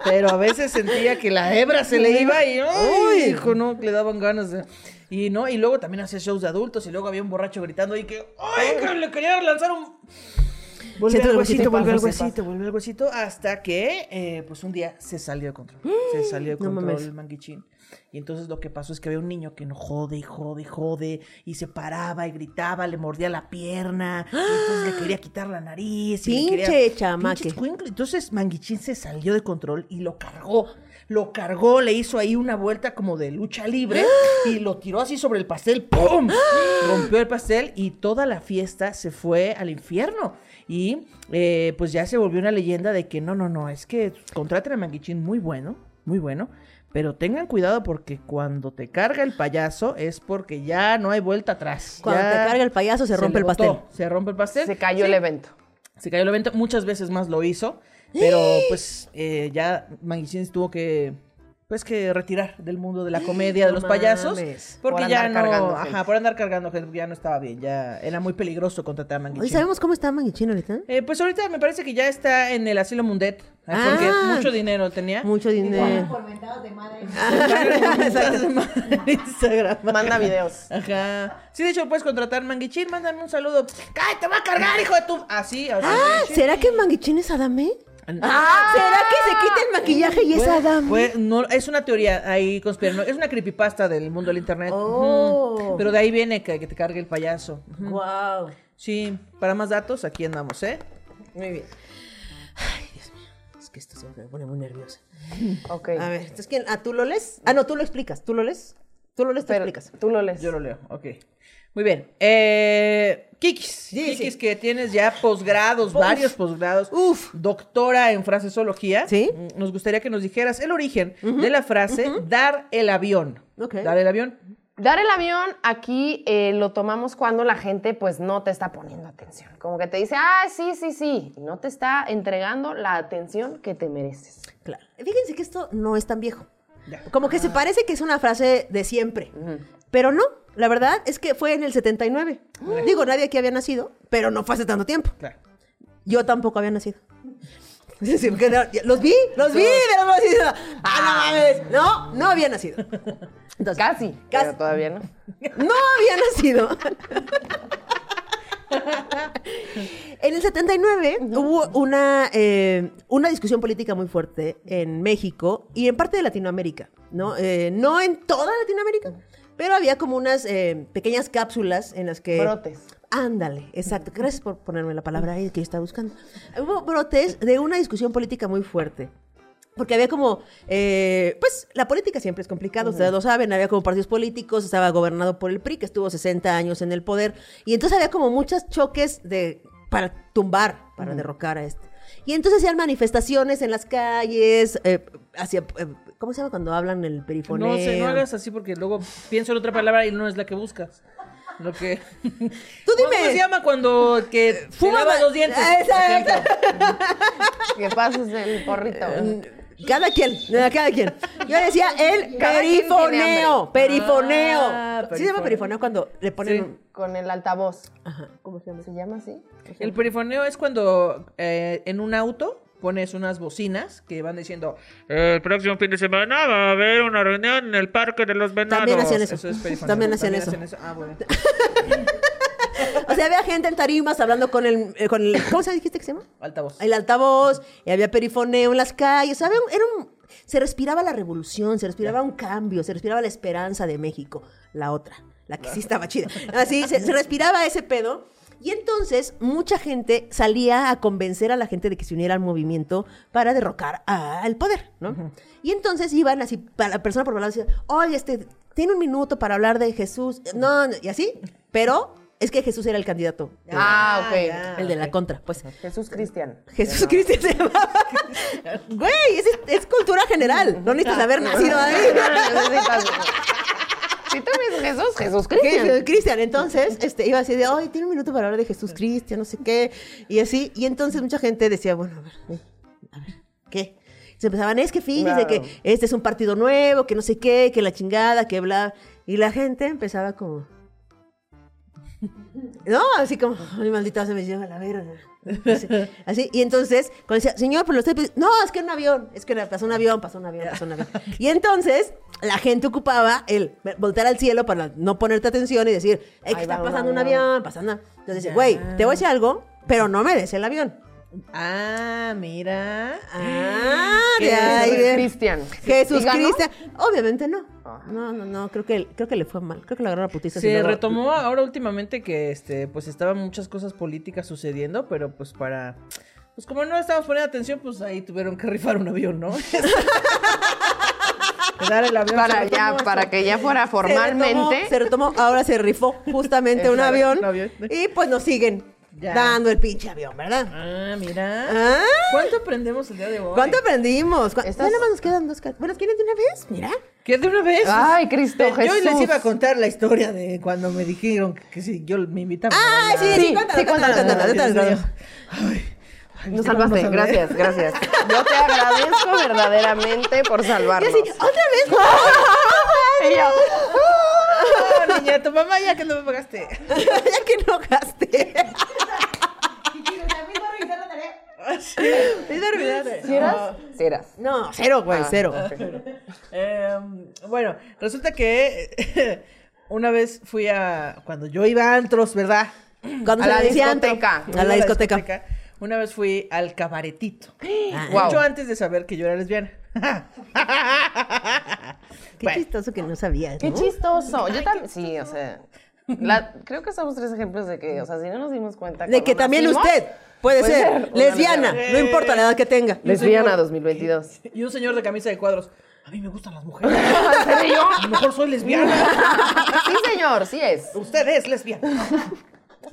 Speaker 1: <laughs> Pero a veces sentía que la hebra se le iba y, ¡ay, hijo, no! Le daban ganas de... Y no, y luego también hacía shows de adultos y luego había un borracho gritando ahí que, ¡ay, que le quería lanzar un... Volvió
Speaker 2: Centro
Speaker 1: al
Speaker 2: del huesito,
Speaker 1: huesito, volvió al
Speaker 2: pasa, se
Speaker 1: huesito, volvió al huesito, hasta que, eh, pues un día se salió de control. Se
Speaker 2: <gasps>
Speaker 1: salió de
Speaker 2: No
Speaker 1: control
Speaker 2: mames.
Speaker 1: el manguichín. Y entonces lo que pasó es que había un niño que no jode y jode y jode y se paraba y gritaba, le mordía la pierna, y entonces le quería quitar la nariz. y le
Speaker 2: Pinche
Speaker 1: quería-
Speaker 2: chamaque.
Speaker 1: Pinche escuincle. Entonces Manguichín se salió de control y lo cargó. Lo cargó, le hizo ahí una vuelta como de lucha
Speaker 2: <gasps>
Speaker 1: libre y lo tiró así sobre el pastel. ¡Pum! Rompió el pastel y toda la fiesta se fue al infierno. Y eh, pues ya se volvió una leyenda de que no, no, no, es que contraten a Manguichín muy bueno, muy bueno. Pero tengan cuidado porque cuando te carga el payaso es porque ya no hay vuelta atrás.
Speaker 2: Cuando
Speaker 1: Ya
Speaker 2: te carga el payaso, se rompe el
Speaker 1: levantó,
Speaker 2: pastel.
Speaker 1: Se rompe el pastel.
Speaker 3: Se cayó
Speaker 1: Sí,
Speaker 3: el evento.
Speaker 1: se cayó el evento, muchas veces más lo hizo, pero pues eh, ya Manguichín tuvo que pues que retirar del mundo de la comedia de
Speaker 2: No
Speaker 1: los payasos
Speaker 2: mames.
Speaker 1: porque
Speaker 3: Por
Speaker 1: ya
Speaker 3: andar
Speaker 1: no,
Speaker 3: cargando
Speaker 1: ajá,
Speaker 3: gente.
Speaker 1: por andar cargando gente porque ya no estaba bien, ya era muy peligroso contratar a
Speaker 2: Oye,
Speaker 1: Manguichín.
Speaker 2: ¿sabemos cómo está Manguichín ahorita?
Speaker 1: Eh, pues ahorita me parece que ya está en el asilo Mundet, eh,
Speaker 2: Ah.
Speaker 1: porque mucho dinero tenía. <laughs>
Speaker 2: Mucho dinero.
Speaker 1: Exacto. Instagram.
Speaker 3: Manda videos.
Speaker 1: Ajá. Sí, de hecho puedes contratar Manguichín, mándame un saludo. ¡Cállate, te va a cargar, hijo de tu! Así, así.
Speaker 2: Ah,
Speaker 1: Manguichín.
Speaker 2: ¿será que Manguichín es Adame?
Speaker 3: Ah.
Speaker 2: ¿Será que se quita el maquillaje y es
Speaker 1: Puede-
Speaker 2: Adame?
Speaker 1: puede- no, es una teoría ahí conspirando. Es una creepypasta del mundo del internet.
Speaker 2: Oh.
Speaker 1: Ujú. Pero de ahí viene que, que te cargue el payaso.
Speaker 2: pues,
Speaker 1: Ujú.
Speaker 2: Wow.
Speaker 1: Sí, para más datos, aquí andamos, ¿eh?
Speaker 2: Muy bien. Ay, Dios mío. Es que esto se me pone muy nerviosa.
Speaker 3: Ok.
Speaker 2: A ver, entonces, ¿quién? ¿A tú lo lees? Ah, no, tú lo explicas. ¿Tú lo lees? Tú lo lees, tú
Speaker 3: Pero
Speaker 2: explicas.
Speaker 3: tú lo lees.
Speaker 1: Yo lo leo, ok. Muy bien. Eh, Kikis.
Speaker 2: Sí,
Speaker 1: Kikis,
Speaker 2: sí.
Speaker 1: que tienes ya posgrados, varios posgrados.
Speaker 2: Uf.
Speaker 1: Doctora en fraseología.
Speaker 2: Sí.
Speaker 1: Mm, Nos gustaría que nos dijeras el origen de la frase dar el avión.
Speaker 2: Ok.
Speaker 1: Dar el avión.
Speaker 3: Dar el avión aquí eh, lo tomamos cuando la gente pues no te está poniendo atención. Como que te dice, ah, sí, sí, sí. Y no te está entregando la atención que te mereces.
Speaker 2: Claro. Ah. Fíjense que esto no es tan viejo.
Speaker 1: Ya.
Speaker 2: Como que se parece que es una frase de siempre. Pero no, la verdad es que fue en el 79. Digo, nadie aquí había nacido, pero no fue hace tanto tiempo.
Speaker 1: Claro.
Speaker 2: Yo tampoco había nacido. <laughs> Sí, sí, porque no, los vi, los vi, pero no había nacido. Ah, no mames. No, no había nacido. Entonces,
Speaker 3: Casi,
Speaker 2: Casi.
Speaker 3: pero todavía no.
Speaker 2: no había nacido. En el 79 hubo una, eh, una discusión política muy fuerte en México y en parte de Latinoamérica, ¿no? Eh, no en toda Latinoamérica, pero había como unas eh, pequeñas cápsulas en las que...
Speaker 3: Brotes.
Speaker 2: Ándale, exacto. Gracias por ponerme la palabra ahí que yo estaba buscando. Hubo brotes de una discusión política muy fuerte. Porque había como, eh, pues la política siempre es complicada, ustedes lo saben, había como partidos políticos, estaba gobernado por el PRI, que estuvo 60 años en el poder, y entonces había como muchos choques de, para tumbar, para derrocar a este. Y entonces hacían manifestaciones en las calles, eh, hacia, eh, ¿cómo se llama cuando hablan el perifoneo?
Speaker 1: No sé, no hagas así porque luego pienso en otra palabra y no es la que buscas. Lo
Speaker 2: <laughs>
Speaker 1: que. Tú
Speaker 2: dime. Eh,
Speaker 1: ¿Cómo se llama cuando que
Speaker 2: fuma
Speaker 1: fuma
Speaker 2: ma- Ah,
Speaker 1: los dientes?
Speaker 2: Exacto.
Speaker 1: por ejemplo?
Speaker 3: Que pases el porrito.
Speaker 2: Cada quien, nada, cada quien. Yo decía el
Speaker 3: Cada quien tiene
Speaker 2: perifoneo,
Speaker 3: hambre.
Speaker 2: perifoneo.
Speaker 1: Ah,
Speaker 2: ¿Sí se llama perifoneo cuando le ponen
Speaker 1: Sí.
Speaker 2: un-
Speaker 3: Con el altavoz.
Speaker 2: Ajá, ¿cómo se llama?
Speaker 3: ¿Se llama así?
Speaker 1: El perifoneo es cuando eh, en un auto pones unas bocinas que van diciendo el próximo fin de semana va a haber una reunión en el parque de los venados.
Speaker 2: También hacían eso.
Speaker 1: es perifoneo.
Speaker 2: También hacían eso.
Speaker 1: Ah,
Speaker 2: <laughs>
Speaker 1: bueno.
Speaker 2: O sea, había gente en tarimas hablando con el, eh, con el ¿cómo se dijiste que se llama?
Speaker 1: Altavoz.
Speaker 2: El altavoz, y había perifoneo en las calles, ¿sabe? Era un, se respiraba la revolución, se respiraba un cambio, se respiraba la esperanza de México, la otra, la
Speaker 3: <laughs>
Speaker 2: que sí estaba chida. Así, se, se respiraba ese pedo. Y entonces mucha gente salía a convencer a la gente de que se uniera al movimiento para derrocar a- al poder, ¿no? Y entonces iban así, pa- la persona por lado decía, oye, este, tiene un minuto para hablar de Jesús. No, no", y así, pero es que Jesús era el candidato.
Speaker 3: Ah, ok.
Speaker 2: el de la contra, pues.
Speaker 3: Jesús Cristian.
Speaker 2: Jesús Cristo se llamaba. Güey, es, es cultura general. No necesitas haber nacido ahí.
Speaker 3: No necesitas- Si tú eres Jesús, Jesús
Speaker 2: Jesús
Speaker 3: Cristian.
Speaker 2: Cristian, entonces, este, iba así de, ay, tiene un minuto para hablar de Jesús Cristian, no sé qué, y así, y entonces mucha gente decía, bueno, a ver, eh, a ver, ¿qué? Se empezaban, es que fíjense
Speaker 3: Claro.
Speaker 2: que este es un partido nuevo, que no sé qué, que la chingada, que bla, y la gente empezaba como, no, así como, ay, maldita, se me lleva la verga. Así, así, y entonces, cuando decía, señor, pero lo estoy pidiendo, no, es que era un avión, es que era- pasó un avión, pasó un avión, pasó un
Speaker 3: <laughs>
Speaker 2: avión. Y entonces, la gente ocupaba el voltear al cielo para no ponerte atención y decir, es que
Speaker 3: Ahí
Speaker 2: está
Speaker 3: va un
Speaker 2: pasando un
Speaker 3: avión.
Speaker 2: avión, pasando. Entonces, güey, te voy a decir algo, pero no me des el avión.
Speaker 1: Ah, mira.
Speaker 2: Ah, de ahí
Speaker 3: Jesús
Speaker 2: viene.
Speaker 3: Cristian.
Speaker 2: Jesús
Speaker 3: ¿Y ganó? Ah.
Speaker 2: Cristo. Obviamente no. No, no, no, creo que, creo que le fue mal, creo que le agarró la putiza. y
Speaker 1: Se
Speaker 2: luego-
Speaker 1: retomó ahora últimamente que este pues estaban muchas cosas políticas sucediendo, pero pues para pues como no estábamos poniendo atención, pues ahí tuvieron que <laughs> rifar un avión, ¿no? Dar el avión
Speaker 3: Para
Speaker 1: se retomó
Speaker 3: ya,
Speaker 1: eso.
Speaker 3: para que ya fuera
Speaker 2: Se retomó,
Speaker 3: formalmente.
Speaker 2: Se retomó, ahora se rifó justamente un
Speaker 1: Claro,
Speaker 2: avión.
Speaker 1: un avión.
Speaker 2: Y pues nos siguen
Speaker 1: Ya.
Speaker 2: dando el pinche avión, ¿verdad?
Speaker 1: Ah, mira.
Speaker 2: Ah,
Speaker 1: ¿Cuánto aprendemos el día de hoy?
Speaker 2: ¿Cuánto aprendimos? ¿Cu- Ya
Speaker 3: Estas-
Speaker 2: nada más nos quedan dos cartas. Bueno, ¿quieren de una vez? Mira.
Speaker 1: ¿Qué de una vez?
Speaker 3: Ay, Cristo
Speaker 1: Yo
Speaker 3: Jesús.
Speaker 1: les iba a contar la historia de cuando me dijeron que, que si yo me invitaba. a
Speaker 2: Ah, sí, sí,
Speaker 3: Sí,
Speaker 2: cuéntala,
Speaker 3: sí,
Speaker 2: cuéntala,
Speaker 3: cuéntala,
Speaker 2: cuéntala,
Speaker 1: bailar.
Speaker 2: cuéntala.
Speaker 1: Ay, ay, vamos
Speaker 3: Nos salvaste,
Speaker 1: a ver.
Speaker 3: gracias, gracias. Yo te agradezco verdaderamente por
Speaker 2: Y
Speaker 3: salvarnos.
Speaker 2: así, ¿otra vez?
Speaker 3: Y yo,
Speaker 1: <laughs> No, niña, tu mamá ya que no me pagaste.
Speaker 2: ya que no gasté. Te olvidaste.
Speaker 3: ¿sí eras? Sí eras.
Speaker 2: No, cero, güey, cero.
Speaker 1: Eh, bueno, resulta que <laughs> una vez fui a. Cuando yo iba a antros, ¿verdad?
Speaker 2: Cuando
Speaker 3: A
Speaker 2: se
Speaker 3: la
Speaker 2: le decía antro.
Speaker 3: discoteca.
Speaker 2: A la discoteca.
Speaker 1: Una vez fui al
Speaker 3: <gasps>
Speaker 1: cabaretito.
Speaker 3: Guau.
Speaker 1: Mucho antes de saber que yo era lesbiana.
Speaker 2: Qué
Speaker 1: Bueno,
Speaker 2: chistoso que no sabías,
Speaker 3: Qué
Speaker 2: ¿no?
Speaker 3: chistoso. Yo también, sí, o sea, la- creo que somos tres ejemplos de que, o sea, si no nos dimos cuenta.
Speaker 2: De que
Speaker 3: cuando
Speaker 2: también
Speaker 3: nacimos,
Speaker 2: usted
Speaker 3: <laughs>
Speaker 2: puede,
Speaker 3: puede
Speaker 2: ser,
Speaker 3: ser una
Speaker 2: lesbiana, no importa la edad que tenga.
Speaker 3: <laughs> Lesbiana 2022.
Speaker 1: y un señor de camisa de cuadros. A mí me gustan las mujeres.
Speaker 3: <laughs> ¿En serio?
Speaker 1: A lo mejor soy lesbiana.
Speaker 3: ah, Sí, señor, sí es.
Speaker 1: Usted es lesbiana. <laughs>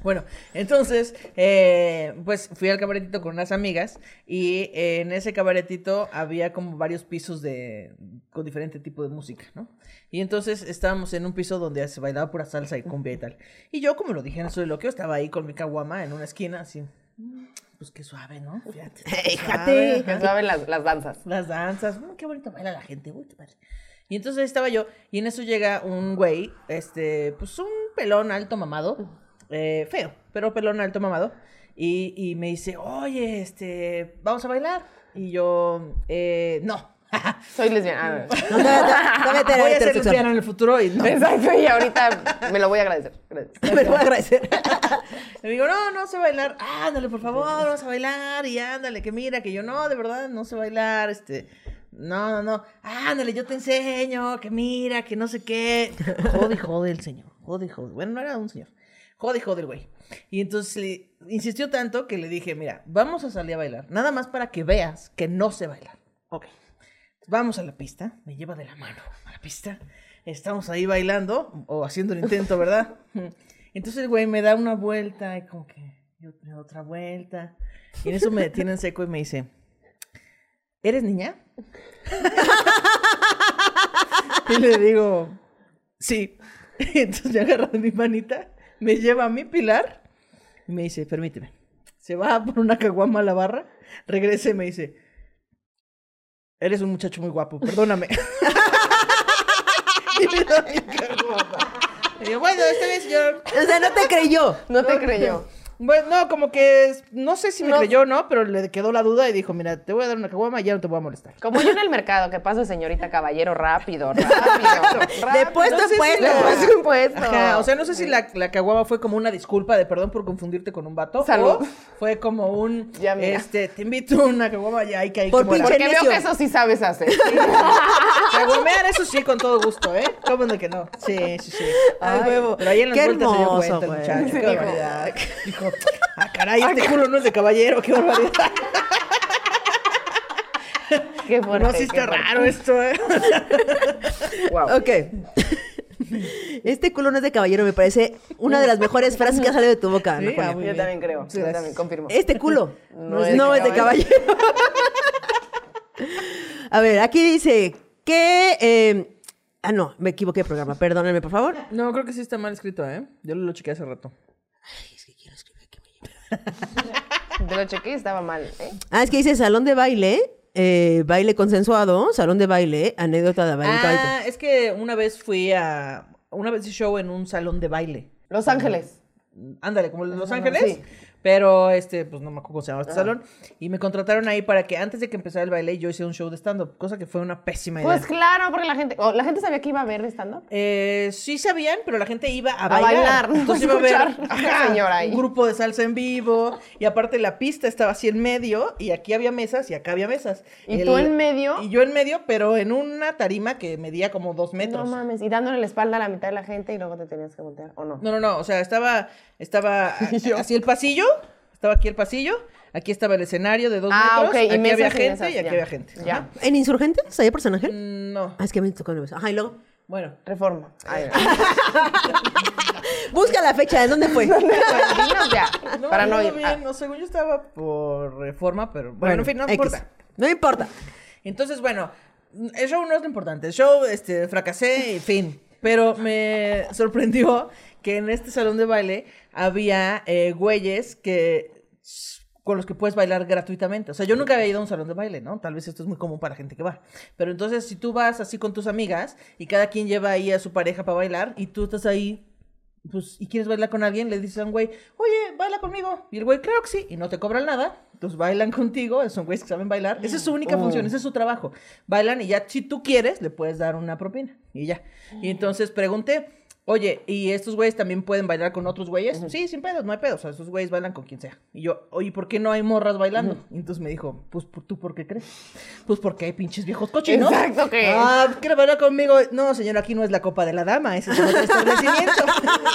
Speaker 1: Bueno, entonces, eh, pues fui al cabaretito con unas amigas y eh, en ese cabaretito había como varios pisos de con diferente tipo de música, ¿no? Y entonces estábamos en un piso donde se bailaba pura salsa y cumbia y tal. Y yo, como lo dije en el soliloquio, estaba ahí con mi caguama en una esquina, así, mm, pues qué suave, ¿no? Fíjate.
Speaker 2: Fíjate.
Speaker 1: Suave, ajá.
Speaker 3: Que saben las, las danzas.
Speaker 1: Las danzas, mm, qué bonito baila la gente, uy, qué padre. Y entonces ahí estaba yo, y en eso llega un güey, este, pues un pelón alto mamado, eh, feo, pero pelón alto mamado, y, y me dice, oye, este, vamos a bailar. Y yo, eh, no. <laughs>
Speaker 3: Soy lesbiana. Ah,
Speaker 2: No, todavía- todavía te-
Speaker 1: Voy a ser
Speaker 2: heterosexual.
Speaker 1: lesbiana en el futuro y no.
Speaker 3: Exacto, y ahorita me lo voy a agradecer. Gracias.
Speaker 2: Me lo voy a agradecer.
Speaker 1: Le digo, no, no sé bailar. Ándale, por favor, vamos a bailar. Y ándale, que mira, que yo no, de verdad, no sé bailar. Este, no, no, no. Ándale, yo te enseño, que mira, que no sé qué. Jode, y jode el señor. Jode, y jode. Bueno, no era un señor. Jode, y jode el güey. Y entonces le insistió tanto que le dije, mira, vamos a salir a bailar. Nada más para que veas que no sé bailar. Ok. Vamos a la pista, me lleva de la mano a la pista. Estamos ahí bailando o haciendo el intento, ¿verdad? Entonces el güey me da una vuelta y como que yo me doy otra vuelta. Y en eso me detiene en seco y me dice, ¿eres niña? <laughs> y le digo, sí. <laughs> Entonces me agarra de mi manita, me lleva a mi pilar y me dice, permíteme. Se va por una caguama a la barra, regresa y me dice, Eres un muchacho muy guapo, perdóname. <laughs> Y yo, bueno, está bien, señor.
Speaker 2: O sea, no te creyó.
Speaker 3: No te creyó.
Speaker 1: Bueno, no, como que es- no sé si me
Speaker 3: No.
Speaker 1: creyó o no, pero le quedó la duda y dijo, mira, te voy a dar una caguama y ya no te voy a molestar.
Speaker 3: Como yo en el mercado, que paso de señorita caballero rápido, rápido.
Speaker 2: De puesto en puesto.
Speaker 3: De puesto en puesto.
Speaker 1: Ajá, o sea, no sé si la, la caguama fue como una disculpa de perdón por confundirte con un vato.
Speaker 3: Salud.
Speaker 1: O fue como un,
Speaker 3: Ya, mira.
Speaker 1: este, te invito a una caguama ya hay que hay
Speaker 2: Por
Speaker 1: que muera.
Speaker 2: pinche
Speaker 3: porque veo
Speaker 2: necio.
Speaker 3: que eso sí sabes hacer.
Speaker 1: <laughs> Caguamear, eso sí, con todo gusto, ¿eh? ¿Cómo de que no? Sí, sí, sí.
Speaker 2: Ay, huevo.
Speaker 1: Pero ahí en las
Speaker 2: Qué
Speaker 1: vueltas
Speaker 2: hermoso,
Speaker 1: se dio cuenta el
Speaker 2: güey.
Speaker 1: muchacho. Qué
Speaker 3: Sí, dijo.
Speaker 1: barbaridad. Dijo, ah, caray, este culo no es de caballero, qué barbaridad.
Speaker 3: Qué fuerte.
Speaker 1: no, sí
Speaker 3: qué
Speaker 1: está
Speaker 3: fuerte.
Speaker 1: raro esto, ¿eh? <laughs>
Speaker 3: Guau.
Speaker 2: Ok. Este culo no es de caballero, me parece una de las mejores frases que ha salido de tu boca. Ana
Speaker 1: Sí,
Speaker 2: Julia.
Speaker 1: ah, muy
Speaker 3: Yo
Speaker 1: bien.
Speaker 3: también creo.
Speaker 1: Sí,
Speaker 3: yo
Speaker 1: gracias.
Speaker 3: también confirmo.
Speaker 2: Este culo
Speaker 3: No
Speaker 2: no
Speaker 3: es de
Speaker 2: es, de
Speaker 3: <laughs> caballero.
Speaker 2: caballero. A ver, aquí dice que... eh, ah, no, me equivoqué de programa. Perdónenme, por favor.
Speaker 1: No, creo que sí está mal escrito, ¿eh? Yo lo chequé hace rato.
Speaker 3: Te lo chequé y estaba mal, ¿eh?
Speaker 2: Ah, es que dice salón de baile, eh, baile consensuado, salón de baile, anécdota de baile.
Speaker 1: Ah, es que una vez fui a... Una vez hice show en un salón de baile.
Speaker 3: Los Ángeles.
Speaker 1: Ándale, como Los
Speaker 3: Ándale,
Speaker 1: Ángeles.
Speaker 3: sí.
Speaker 1: Pero, este, pues no me acuerdo cómo se llamaba este salón. Y me contrataron ahí para que antes de que empezara el baile yo hice un show de stand-up, cosa que fue una pésima idea.
Speaker 3: Pues claro, porque la gente, o la gente sabía que iba a ver stand-up.
Speaker 1: Eh, sí sabían, pero la gente iba a,
Speaker 3: A
Speaker 1: bailar.
Speaker 3: bailar, no
Speaker 1: Entonces
Speaker 3: <laughs> a
Speaker 1: iba a ver
Speaker 3: escuchar a esta señora ahí.
Speaker 1: un grupo de salsa en vivo. Y aparte la pista estaba así en medio. Y aquí había mesas y acá había mesas.
Speaker 3: ¿Y tú en medio?
Speaker 1: Y yo en medio, pero en una tarima que medía como dos
Speaker 3: No
Speaker 1: metros. No,
Speaker 3: mames, y dándole la espalda a la mitad de la gente y luego te tenías que voltear, ¿o no?
Speaker 1: no, no, O sea, estaba,
Speaker 3: <laughs>
Speaker 1: estaba a- así el pasillo. Estaba aquí el pasillo. Aquí estaba el escenario de dos
Speaker 3: Ah,
Speaker 1: metros.
Speaker 3: ok, y
Speaker 1: aquí
Speaker 3: mesas
Speaker 1: había
Speaker 3: y
Speaker 1: gente
Speaker 3: mesas,
Speaker 1: y aquí
Speaker 3: ya.
Speaker 1: había gente.
Speaker 3: Ya.
Speaker 1: Ajá.
Speaker 2: ¿En Insurgentes había personaje?
Speaker 3: Mm.
Speaker 1: No.
Speaker 2: Ah, es que me tocó una vez. Ajá, y luego.
Speaker 1: Bueno.
Speaker 3: Reforma.
Speaker 2: Ah,
Speaker 3: Ay, <laughs>
Speaker 2: Busca la fecha, ¿de dónde fue?
Speaker 3: no. Dinos ya, para no
Speaker 1: yo
Speaker 3: ir.
Speaker 1: bien,
Speaker 3: Ah,
Speaker 1: no, según yo estaba por reforma, pero bueno, en fin, no
Speaker 2: X.
Speaker 1: importa.
Speaker 2: No importa.
Speaker 1: Entonces, bueno, el show no es lo importante. El show, este, fracasé y fin. Pero me <laughs> sorprendió que en este salón de baile había eh, güeyes que con los que puedes bailar gratuitamente. O sea, yo nunca había ido a un salón de baile, ¿no? Tal vez esto es muy común para gente que va. Pero entonces, si tú vas así con tus amigas y cada quien lleva ahí a su pareja para bailar y tú estás ahí pues, y quieres bailar con alguien, le dices a un güey, oye, baila conmigo. Y el güey, claro que sí, y no te cobran nada. Entonces bailan contigo, son güeyes que saben bailar. Esa es su
Speaker 3: Oh.
Speaker 1: única función, ese es su trabajo. Bailan y ya, si tú quieres, le puedes dar una propina. Y ya. Y entonces pregunté, oye, ¿y estos güeyes también pueden bailar con otros güeyes? Sí, sin pedos, no hay pedos. O sea, esos güeyes bailan con quien sea. Y yo, oye, ¿por qué no hay morras bailando? Y entonces me dijo, pues, ¿tú por qué crees? Pues porque hay pinches viejos cochinos.
Speaker 3: Exacto, que-
Speaker 1: Ah, ¿quiere bailar conmigo? No, señor, aquí no es la copa de la dama, ese es
Speaker 3: <laughs>
Speaker 1: otro establecimiento. <laughs>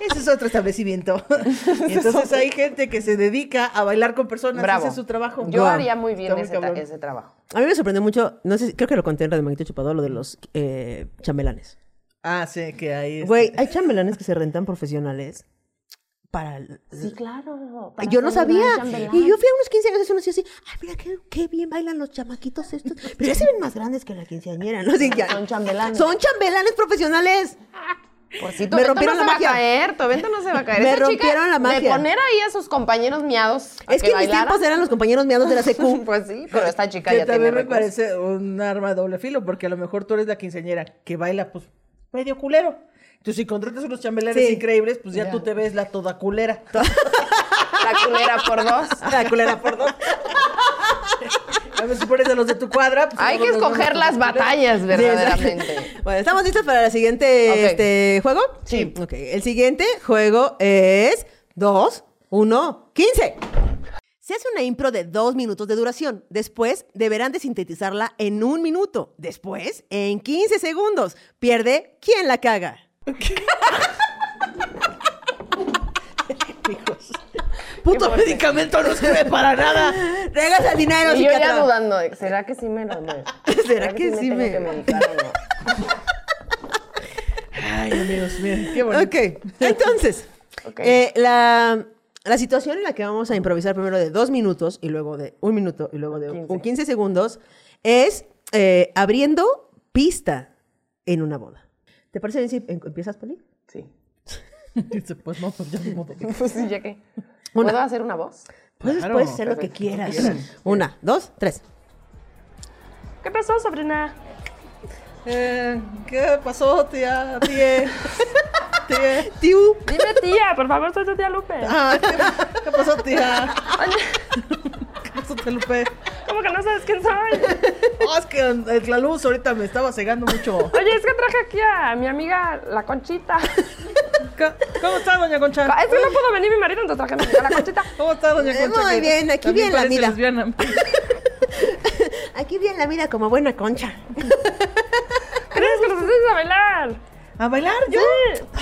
Speaker 1: Ese es otro
Speaker 3: <laughs>
Speaker 1: establecimiento. Y entonces hay gente que se dedica a bailar con personas.
Speaker 3: Bravo.
Speaker 1: Ese es su trabajo.
Speaker 3: Yo
Speaker 2: Guau.
Speaker 3: haría muy bien
Speaker 1: Está muy
Speaker 3: ese, ta-
Speaker 1: cabrón.
Speaker 3: ese trabajo.
Speaker 2: A mí me sorprendió mucho, no sé, si- creo que lo conté en Radio Magnito Chupador, lo de los eh, chambelanes.
Speaker 1: Ah, sí, que ahí. es-
Speaker 2: Güey, hay chambelanes que se rentan profesionales para... el-
Speaker 3: Sí, claro.
Speaker 2: Ay, Yo no sabía. Y yo fui a unos 15 años y uno decía así, ay, mira qué, qué bien bailan los chamaquitos estos. Pero ya se ven más grandes que la quinceañera, ¿no? Así que-
Speaker 3: Son chambelanes.
Speaker 2: Son chambelanes profesionales.
Speaker 3: Por si tu
Speaker 2: Me
Speaker 3: evento
Speaker 2: rompieron
Speaker 3: Pues no
Speaker 2: la
Speaker 3: se
Speaker 2: magia.
Speaker 3: va a caer, tu evento no se va a
Speaker 2: <laughs>
Speaker 3: caer.
Speaker 2: Me
Speaker 3: Esa chica
Speaker 2: rompieron la
Speaker 3: De
Speaker 2: magia.
Speaker 3: poner ahí a sus compañeros miados a
Speaker 2: Es que, en mis
Speaker 3: bailaran.
Speaker 2: tiempos eran los compañeros miados de la secu.
Speaker 3: <laughs> Pues sí, pero esta chica
Speaker 1: que
Speaker 3: ya tiene
Speaker 1: también me
Speaker 3: récords.
Speaker 1: parece un arma de doble filo, porque a lo mejor tú eres la quinceañera que baila, pues, medio culero. Entonces, si contratas unos chambelanes
Speaker 2: Sí.
Speaker 1: increíbles, pues ya, tú te ves la toda culera.
Speaker 3: La culera por dos.
Speaker 1: La culera por
Speaker 3: <laughs>
Speaker 1: dos. A ver si pones a los de tu cuadra. pues,
Speaker 3: Hay
Speaker 1: luego
Speaker 3: que
Speaker 1: nos vemos
Speaker 3: escoger
Speaker 1: con
Speaker 3: las
Speaker 1: tu culera.
Speaker 3: batallas,
Speaker 2: Sí, exacto.
Speaker 3: verdaderamente.
Speaker 2: <laughs> bueno, ¿estamos listos para el siguiente
Speaker 3: Ok.
Speaker 2: este, juego?
Speaker 3: Sí.
Speaker 2: Ok, el siguiente juego es 2, 1, 15. Se hace una impro de dos minutos de duración. Después deberán de sintetizarla en un minuto. Después, en 15 segundos. Pierde quien la caga.
Speaker 1: Puto medicamento no sirve para nada.
Speaker 2: Regas al dinero,
Speaker 3: <laughs> Y yo ya
Speaker 2: psiquiatra.
Speaker 3: dudando, de, ¿será que sí me lo <laughs> me-
Speaker 2: ¿Será que sí me-
Speaker 3: <laughs> tengo que medicar o no?
Speaker 1: Ay, amigos, miren, qué bonito.
Speaker 2: Ok, <laughs> entonces,
Speaker 3: Ok.
Speaker 2: eh, la, la situación en la que vamos a improvisar primero de dos minutos y luego de un minuto y luego de un- 15, segundos es eh, abriendo pista en una boda. ¿Te parece bien si em- empiezas, Poli?
Speaker 3: Sí.
Speaker 1: <laughs> Dice, pues no, pues ya ni modo.
Speaker 3: <laughs> Pues sí, ya que.
Speaker 2: Una.
Speaker 3: ¿Puedo hacer una voz?
Speaker 2: Puedes,
Speaker 1: Claro,
Speaker 2: puedes hacer lo que
Speaker 3: perfecto.
Speaker 2: quieras. Una, dos, tres.
Speaker 3: ¿Qué pasó, Sabrina?
Speaker 1: Eh, ¿Qué pasó, tía? Tía. tía.
Speaker 2: Tiu.
Speaker 3: Dime tía, por favor, soy tu tía Lupe.
Speaker 1: Ah, ¿qué, qué pasó, tía? ¿Qué pasó, tía Lupe?
Speaker 3: ¿Cómo que no sabes quién soy?
Speaker 1: Oh, es que eh, la luz ahorita me estaba cegando mucho.
Speaker 3: Oye, es que traje aquí a mi amiga la <laughs> Conchita. Es
Speaker 1: ¿Qué- ¿Cómo está, doña Concha?
Speaker 3: que no pudo venir mi marido, entonces traje a mi amiga la Conchita.
Speaker 1: ¿Cómo está, doña
Speaker 2: Eh,
Speaker 1: Concha?
Speaker 2: muy
Speaker 1: Que
Speaker 2: bien, aquí
Speaker 1: también
Speaker 2: bien la
Speaker 1: parece
Speaker 2: vida.
Speaker 1: lesbiana.
Speaker 2: Aquí bien la vida como buena concha.
Speaker 3: ¿Crees que nos haces a bailar?
Speaker 1: ¿A bailar yo?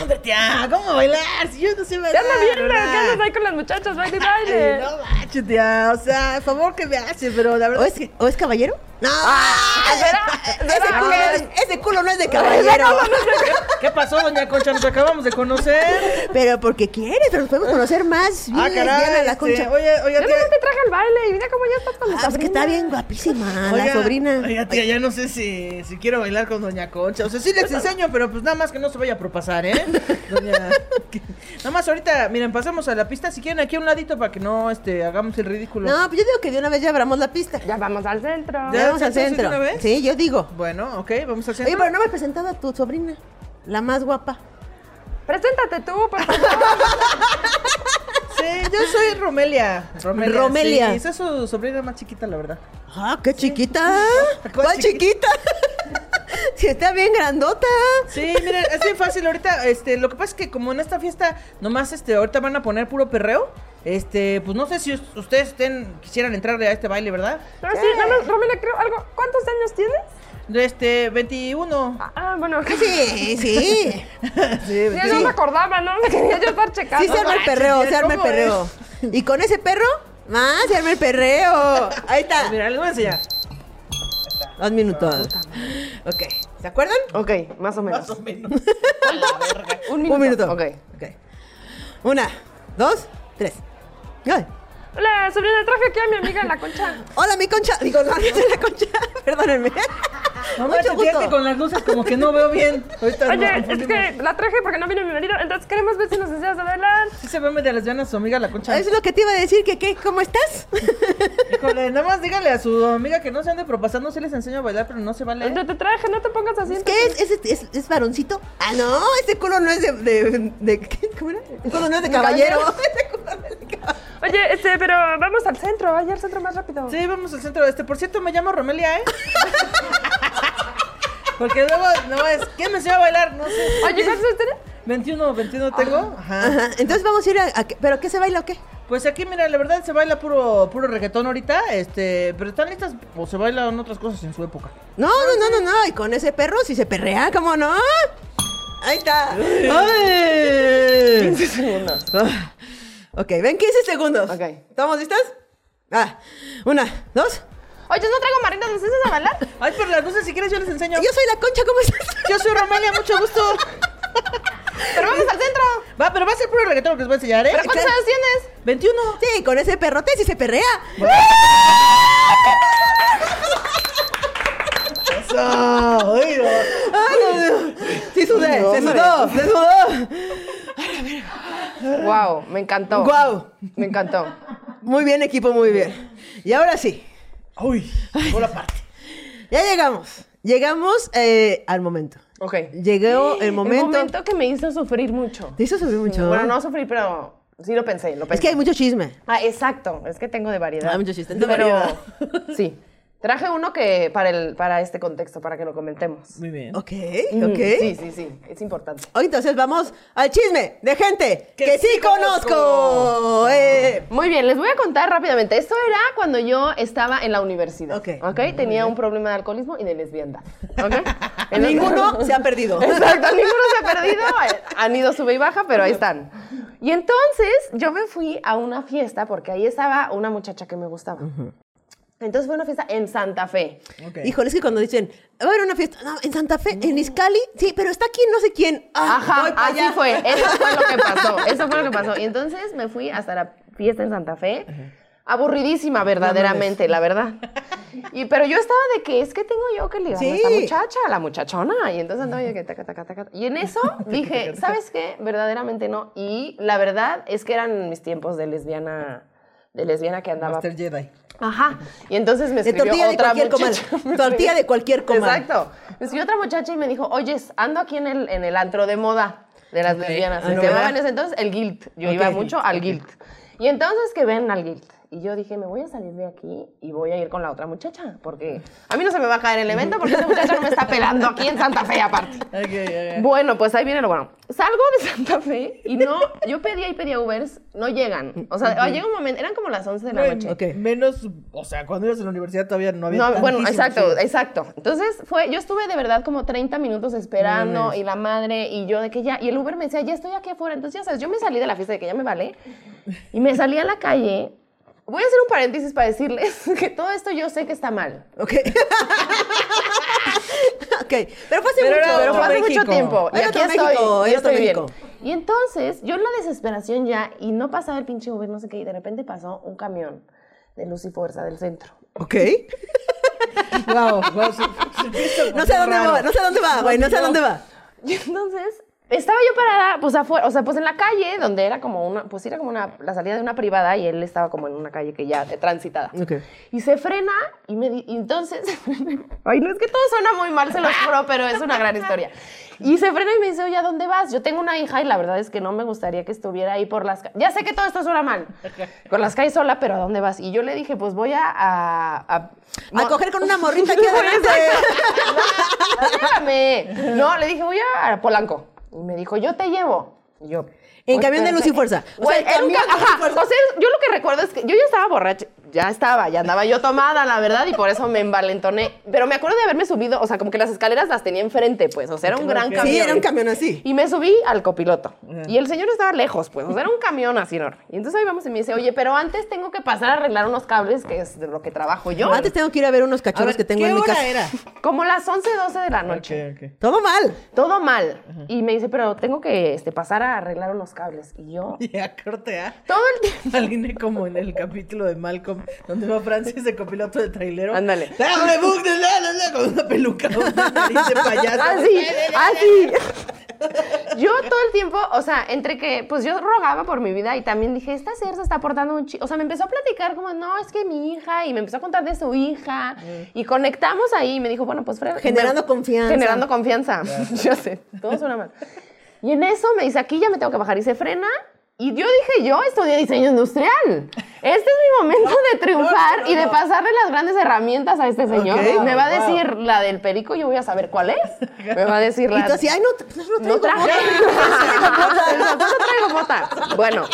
Speaker 1: Hombre, tía, ¿cómo bailar? Si yo no sé
Speaker 3: ¿Qué
Speaker 1: bailar.
Speaker 3: andas viendo? ¿Qué
Speaker 1: ¿verdad?
Speaker 3: andas ahí con las muchachas? Baile y
Speaker 1: Ay,
Speaker 3: baile.
Speaker 1: No manches, tía. O sea, a favor que me hace, pero la verdad
Speaker 2: ¿O
Speaker 1: es
Speaker 2: es,
Speaker 1: que.
Speaker 2: ¿o es caballero? No.
Speaker 3: ¿será?
Speaker 2: ese,
Speaker 3: ¿será?
Speaker 2: culo no es, ese culo Ah, <laughs> no es de caballero.
Speaker 1: ¿Qué pasó, doña Concha? Nos acabamos de conocer.
Speaker 2: Pero porque quieres, pero nos podemos conocer más. Bien
Speaker 1: Ah,
Speaker 2: lesbiana
Speaker 1: caray.
Speaker 2: la
Speaker 1: este,
Speaker 2: concha.
Speaker 1: Oye, oye,
Speaker 3: Yo
Speaker 1: tía.
Speaker 3: también te traje al baile y mira cómo ya estás con mi
Speaker 2: Ah, pues que
Speaker 3: Sabrina.
Speaker 2: está bien guapísima la
Speaker 1: Oiga,
Speaker 2: sobrina.
Speaker 1: Oiga, tía, ya no sé si, si quiero bailar con Doña Concha. O sea, sí les enseño, pero pues nada más que no se vaya a propasar, <laughs> ¿eh? Doña... que- Nada más ahorita, miren, pasamos a la pista. Si quieren, aquí a un ladito para que no este, hagamos el ridículo.
Speaker 2: No, pues yo digo que de una vez ya abramos la pista.
Speaker 3: Ya vamos al centro.
Speaker 1: Ya.
Speaker 2: Ya vamos al
Speaker 1: entonces,
Speaker 2: centro.
Speaker 1: ¿de una vez?
Speaker 2: Sí, yo digo.
Speaker 1: Bueno, ok, vamos al
Speaker 2: Oye,
Speaker 1: centro.
Speaker 2: pero no me has presentado a tu sobrina, la más guapa.
Speaker 3: Preséntate tú, por
Speaker 2: <laughs>
Speaker 3: favor.
Speaker 1: Sí, yo soy Romelia. Romelia.
Speaker 2: Romelia.
Speaker 1: Sí, esa es su sobrina más chiquita, la verdad.
Speaker 2: Ah, qué chiquita.
Speaker 1: <laughs> ¿Cuál
Speaker 2: ¿Cuál chiquita? <laughs> Si está bien grandota.
Speaker 1: Sí, miren, es bien fácil ahorita, este, lo que pasa es que como en esta fiesta nomás este ahorita van a poner puro perreo, este, pues no sé si us- ustedes estén quisieran entrarle a este baile, ¿verdad?
Speaker 3: No, sí, nada más, Romina, creo algo. ¿Cuántos años tienes?
Speaker 1: Este, 21.
Speaker 3: Ah, bueno. <laughs>
Speaker 2: Sí,
Speaker 1: <laughs>
Speaker 2: sí.
Speaker 1: Sí,
Speaker 3: Sí, no me
Speaker 2: <laughs>
Speaker 3: acordaba, ¿no? Me quería yo estar checando.
Speaker 2: Sí se arma el perreo, se arma el perreo. Y con ese perro, más se arma el perreo. Ahí está.
Speaker 1: Mira, les voy a enseñar.
Speaker 2: Dos minutos. Ok. ¿Se acuerdan?
Speaker 3: Ok, más o menos.
Speaker 1: Más o
Speaker 3: <laughs>
Speaker 1: menos.
Speaker 3: Un
Speaker 2: Un minuto.
Speaker 3: Ok.
Speaker 2: Ok. Una, dos, tres. Ay.
Speaker 3: Hola, sobrina, traje aquí a mi amiga la <laughs> concha.
Speaker 2: Hola, mi concha. <laughs> Digo, no, no soy la concha. Perdónenme.
Speaker 1: No
Speaker 2: Mucho
Speaker 1: manches, tía, es que
Speaker 2: gusto.
Speaker 1: con las luces como que no veo bien. Ahorita nos
Speaker 3: Oye, es
Speaker 1: confundimos.
Speaker 3: que la traje porque no vino mi marido, entonces queremos ver si nos enseñas a bailar.
Speaker 1: Sí se ve media lesbiana su amiga la concha.
Speaker 2: Es lo que te iba a decir, que qué,
Speaker 1: <laughs>
Speaker 2: ¿cómo estás?
Speaker 1: Híjole, nada más dígale a su amiga que no se ande propasando, sí les enseño a bailar, pero no se vale. ¿eh?
Speaker 3: Yo te traje, no te pongas así.
Speaker 2: ¿Qué es? ¿Es, es, es varoncito? Ah, no, ese culo no es de... de, de- ¿qué? ¿Cómo era? El culo no es de caballero. <laughs> Ese culo no es de caballero.
Speaker 3: Oye, este, pero vamos al centro, vaya al centro más rápido.
Speaker 1: Sí, vamos al centro. Este, por cierto, me llamo Romelia, ¿eh? <laughs> Porque luego, no es, ¿quién me enseñó a bailar? No sé.
Speaker 3: Oye, ¿cuántos años tienes?
Speaker 1: 21, 21
Speaker 5: Ah,
Speaker 1: tengo. Ajá.
Speaker 2: Ajá, entonces vamos a ir a... a qué- ¿Pero qué se baila o qué?
Speaker 1: Pues aquí, mira, la verdad se baila puro, puro reggaetón ahorita, este, pero están listas o se bailan otras cosas en su época.
Speaker 2: No, no, no, no, no. Y con ese perro sí se perrea, ¿cómo no? Ahí está. ¡Ay!
Speaker 3: segundos.
Speaker 2: Ah, <laughs> Ok, ven 15 segundos.
Speaker 3: Ok.
Speaker 2: ¿Estamos listas? Ah, una, dos.
Speaker 3: Oye, no traigo marido, ¿nos enseñas a bailar?
Speaker 1: Ay, pero las luces, si quieres, yo les enseño.
Speaker 2: Yo soy la concha, ¿cómo estás? <laughs>
Speaker 1: Yo soy Romelia, mucho gusto.
Speaker 3: Pero vamos al centro.
Speaker 1: Va, pero va a ser puro reggaetón que les voy a enseñar, ¿eh?
Speaker 3: ¿Pero cuántos años tienes?
Speaker 1: 21.
Speaker 2: Sí, con ese perrote sí se perrea.
Speaker 5: Ah,
Speaker 1: Eso. Ay, no.
Speaker 2: Ay, no, no. Sí sudé,
Speaker 1: No,
Speaker 2: se
Speaker 1: hombre.
Speaker 2: sudó, se sudó.
Speaker 3: Wow, me encantó.
Speaker 2: Guau.
Speaker 3: Me encantó.
Speaker 2: Muy bien, equipo, muy bien. Y ahora sí,
Speaker 1: Uy, llegó la parte.
Speaker 2: ya llegamos. Llegamos eh, al momento.
Speaker 3: Ok.
Speaker 2: Llegó el momento.
Speaker 3: Un momento que me hizo sufrir mucho.
Speaker 2: Te hizo subir mucho.
Speaker 3: Bueno, no sufrir, pero sí lo pensé, lo pensé.
Speaker 2: Es que hay mucho chisme.
Speaker 3: Ah, exacto. Es que tengo de variedad.
Speaker 2: Ah, mucho chiste, de
Speaker 3: Pero
Speaker 2: variedad.
Speaker 3: <laughs> sí. Traje uno que para el para este contexto, para que lo comentemos.
Speaker 1: Muy bien.
Speaker 2: Ok,
Speaker 3: Mm,
Speaker 2: ok.
Speaker 3: Sí, sí, sí. Es importante.
Speaker 2: Hoy entonces vamos al chisme de gente que, sí, conozco.
Speaker 3: <laughs>
Speaker 2: Eh,
Speaker 3: Muy bien, les voy a contar rápidamente. Esto era cuando yo estaba en la universidad.
Speaker 2: Ok.
Speaker 3: Tenía un problema de alcoholismo y de lesbiandad.
Speaker 2: <laughs>
Speaker 3: ¿Ok? Entonces- <laughs>
Speaker 2: ninguno se ha perdido.
Speaker 3: Exacto, ninguno se ha perdido. eh, Han ido sube y baja, pero ahí están. Y entonces yo me fui a una fiesta porque ahí estaba una muchacha que me gustaba. Entonces fue una fiesta en Santa Fe.
Speaker 1: Ok.
Speaker 2: Híjole, es que cuando dicen, va a haber una fiesta no, en Santa Fe, en Izcali, sí, pero está aquí no sé quién. Ah, voy
Speaker 3: Ajá,
Speaker 2: para
Speaker 3: así
Speaker 2: allá. <laughs>
Speaker 3: fue. Eso fue lo que pasó. Eso fue lo que pasó. Y entonces me fui hasta la fiesta en Santa Fe. Aburridísima, verdaderamente, la verdad. Y, pero yo estaba de que es que tengo yo que ligar a esta
Speaker 2: Sí.
Speaker 3: muchacha, a la muchachona. Y entonces andaba yo que taca, taca, taca. Y en
Speaker 2: <laughs>
Speaker 3: eso dije, ¿sabes qué? Verdaderamente no. Y la verdad es que eran mis tiempos de lesbiana, de lesbiana que andaba.
Speaker 5: Master Jedi.
Speaker 3: Ajá. Y entonces me
Speaker 2: De
Speaker 3: escribió
Speaker 2: tortilla de
Speaker 3: otra
Speaker 2: cualquier comal.
Speaker 3: <laughs> muchacha. Me
Speaker 2: Tortilla
Speaker 3: escribió-
Speaker 2: de cualquier comal.
Speaker 3: Exacto. Me escribió otra muchacha y me dijo, oye, ando aquí en el, en el antro de moda de las lesbianas.
Speaker 2: Ah,
Speaker 3: Se
Speaker 2: no,
Speaker 3: llamaba
Speaker 2: ¿verdad?
Speaker 3: en ese entonces el Guild. Yo
Speaker 2: Ok.
Speaker 3: iba mucho al Guild. Y entonces que ven al Guild. Y yo dije, me voy a salir de aquí y voy a ir con la otra muchacha, porque a mí no se me va a caer el evento porque esa muchacha no me está pelando aquí en Santa Fe aparte. Bueno, pues ahí viene lo bueno. Salgo de Santa Fe y no, yo pedía y pedía Ubers, no llegan. O sea, llega un momento, eran como las 11 de la
Speaker 1: Ah,
Speaker 3: noche.
Speaker 2: Ok.
Speaker 5: Menos, o sea, cuando ibas a la universidad todavía no había.
Speaker 3: No, bueno,
Speaker 5: tantísimos
Speaker 3: exacto,
Speaker 5: libros.
Speaker 3: exacto. Entonces fue, yo estuve de verdad como 30 minutos esperando y la madre y yo de que ya, y el Uber me decía, ya estoy aquí afuera. Entonces ya sabes, yo me salí de la fiesta de que ya me vale y me salí a la calle. Voy a hacer un paréntesis para decirles <laughs> que todo esto yo sé que está mal.
Speaker 2: Ok. <laughs> ok. Pero fue hace
Speaker 3: Pero,
Speaker 2: mucho.
Speaker 3: era- pero fue hace
Speaker 5: México.
Speaker 3: mucho tiempo. Y
Speaker 2: Era
Speaker 3: aquí
Speaker 2: otro
Speaker 3: estoy,
Speaker 2: México,
Speaker 3: y
Speaker 2: era otro
Speaker 3: estoy bien.
Speaker 2: México.
Speaker 3: Y entonces, yo en la desesperación ya, y no pasaba el pinche Uber, no sé qué, y de repente pasó un camión de luz y fuerza del centro.
Speaker 2: Ok.
Speaker 5: Wow, wow, sí, sí, sí,
Speaker 2: No sé a dónde
Speaker 5: raro.
Speaker 2: va, no sé a dónde va, güey, no sé a dónde va.
Speaker 3: Y entonces estaba yo parada, pues afuera, o sea, pues en la calle, donde era como una, pues era como una, la salida de una privada y él estaba como en una calle que ya eh, transitada.
Speaker 2: Ok.
Speaker 3: Y se frena y me di- y entonces, ay, no es que todo suena muy mal, se los juro, pero es una gran historia. Y se frena y me dice, oye, ¿a dónde vas? Yo tengo una hija y la verdad es que no me gustaría que estuviera ahí por las calles. Ya sé que todo esto suena mal, con las calles sola, pero ¿a dónde vas? Y yo le dije, pues voy a... a, a-
Speaker 2: A
Speaker 3: no-
Speaker 2: coger con una morrita aquí
Speaker 3: Voy a
Speaker 2: adelante.
Speaker 3: <laughs> Llévame. No, le dije, voy a Polanco. Y me dijo, yo te llevo. Y yo.
Speaker 2: En
Speaker 3: pues,
Speaker 2: camión de luz y fuerza. O sea,
Speaker 3: Güey,
Speaker 2: en
Speaker 3: era un
Speaker 2: camión
Speaker 3: ca-
Speaker 2: de luz y
Speaker 3: ajá.
Speaker 2: fuerza.
Speaker 3: O sea, yo lo que recuerdo es que yo ya estaba borracha. Ya estaba, ya andaba yo tomada, la verdad, y por eso me envalentoné. Pero me acuerdo de haberme subido, o sea, como que las escaleras las tenía enfrente, pues. O sea, era un gran camión.
Speaker 2: Sí, era un camión así.
Speaker 3: Y me subí al copiloto. Y el señor estaba lejos, pues. O sea, era un camión así enorme. Y entonces ahí vamos y me dice, oye, pero antes tengo que pasar a arreglar unos cables, que es de lo que trabajo yo.
Speaker 2: Antes tengo que ir a ver unos
Speaker 5: A
Speaker 2: cachorros
Speaker 5: ver,
Speaker 2: que tengo
Speaker 5: ¿qué
Speaker 2: en mi
Speaker 5: hora
Speaker 2: casa.
Speaker 5: era?
Speaker 3: Como las 11, 12 de la noche.
Speaker 5: Ok, ok.
Speaker 2: Todo mal.
Speaker 3: Todo mal. Y me dice, pero tengo que este, pasar a arreglar unos cables.
Speaker 5: <laughs>
Speaker 3: Y yo,
Speaker 5: Ya, corte A.
Speaker 3: todo el tiempo.
Speaker 5: Aline como en el capítulo de Malcolm, donde va Francis de copiloto de trailero.
Speaker 3: Ándale.
Speaker 5: ¡Dale, bug, dale, dale, dale! Con una peluca, una nariz de payaso.
Speaker 2: Ah,
Speaker 3: Así, así. ah, Yo todo el tiempo, o sea, entre que, pues yo rogaba por mi vida y también dije, esta ser se está portando un chico. O sea, me empezó a platicar como, no, es que mi hija, y me empezó a contar de su hija. Y conectamos ahí y me dijo, bueno, pues Fred.
Speaker 2: Mm. Generando
Speaker 3: me-
Speaker 2: confianza.
Speaker 3: Generando confianza. <laughs> Yo sé, todo suena mal. Y en eso me dice, aquí ya me tengo que bajar y se frena. Y yo dije, yo estudié diseño industrial. Este es mi momento de triunfar y de pasarle las grandes herramientas a este señor.
Speaker 5: Ok.
Speaker 3: me va a
Speaker 5: Wow.
Speaker 3: decir la del perico yo voy a saber cuál es. Me va a decir la...
Speaker 2: Y tú así, ay, no, pues, no
Speaker 3: no
Speaker 2: traigo
Speaker 3: traje.
Speaker 2: mota. <laughs>
Speaker 3: No traigo mota. Bueno.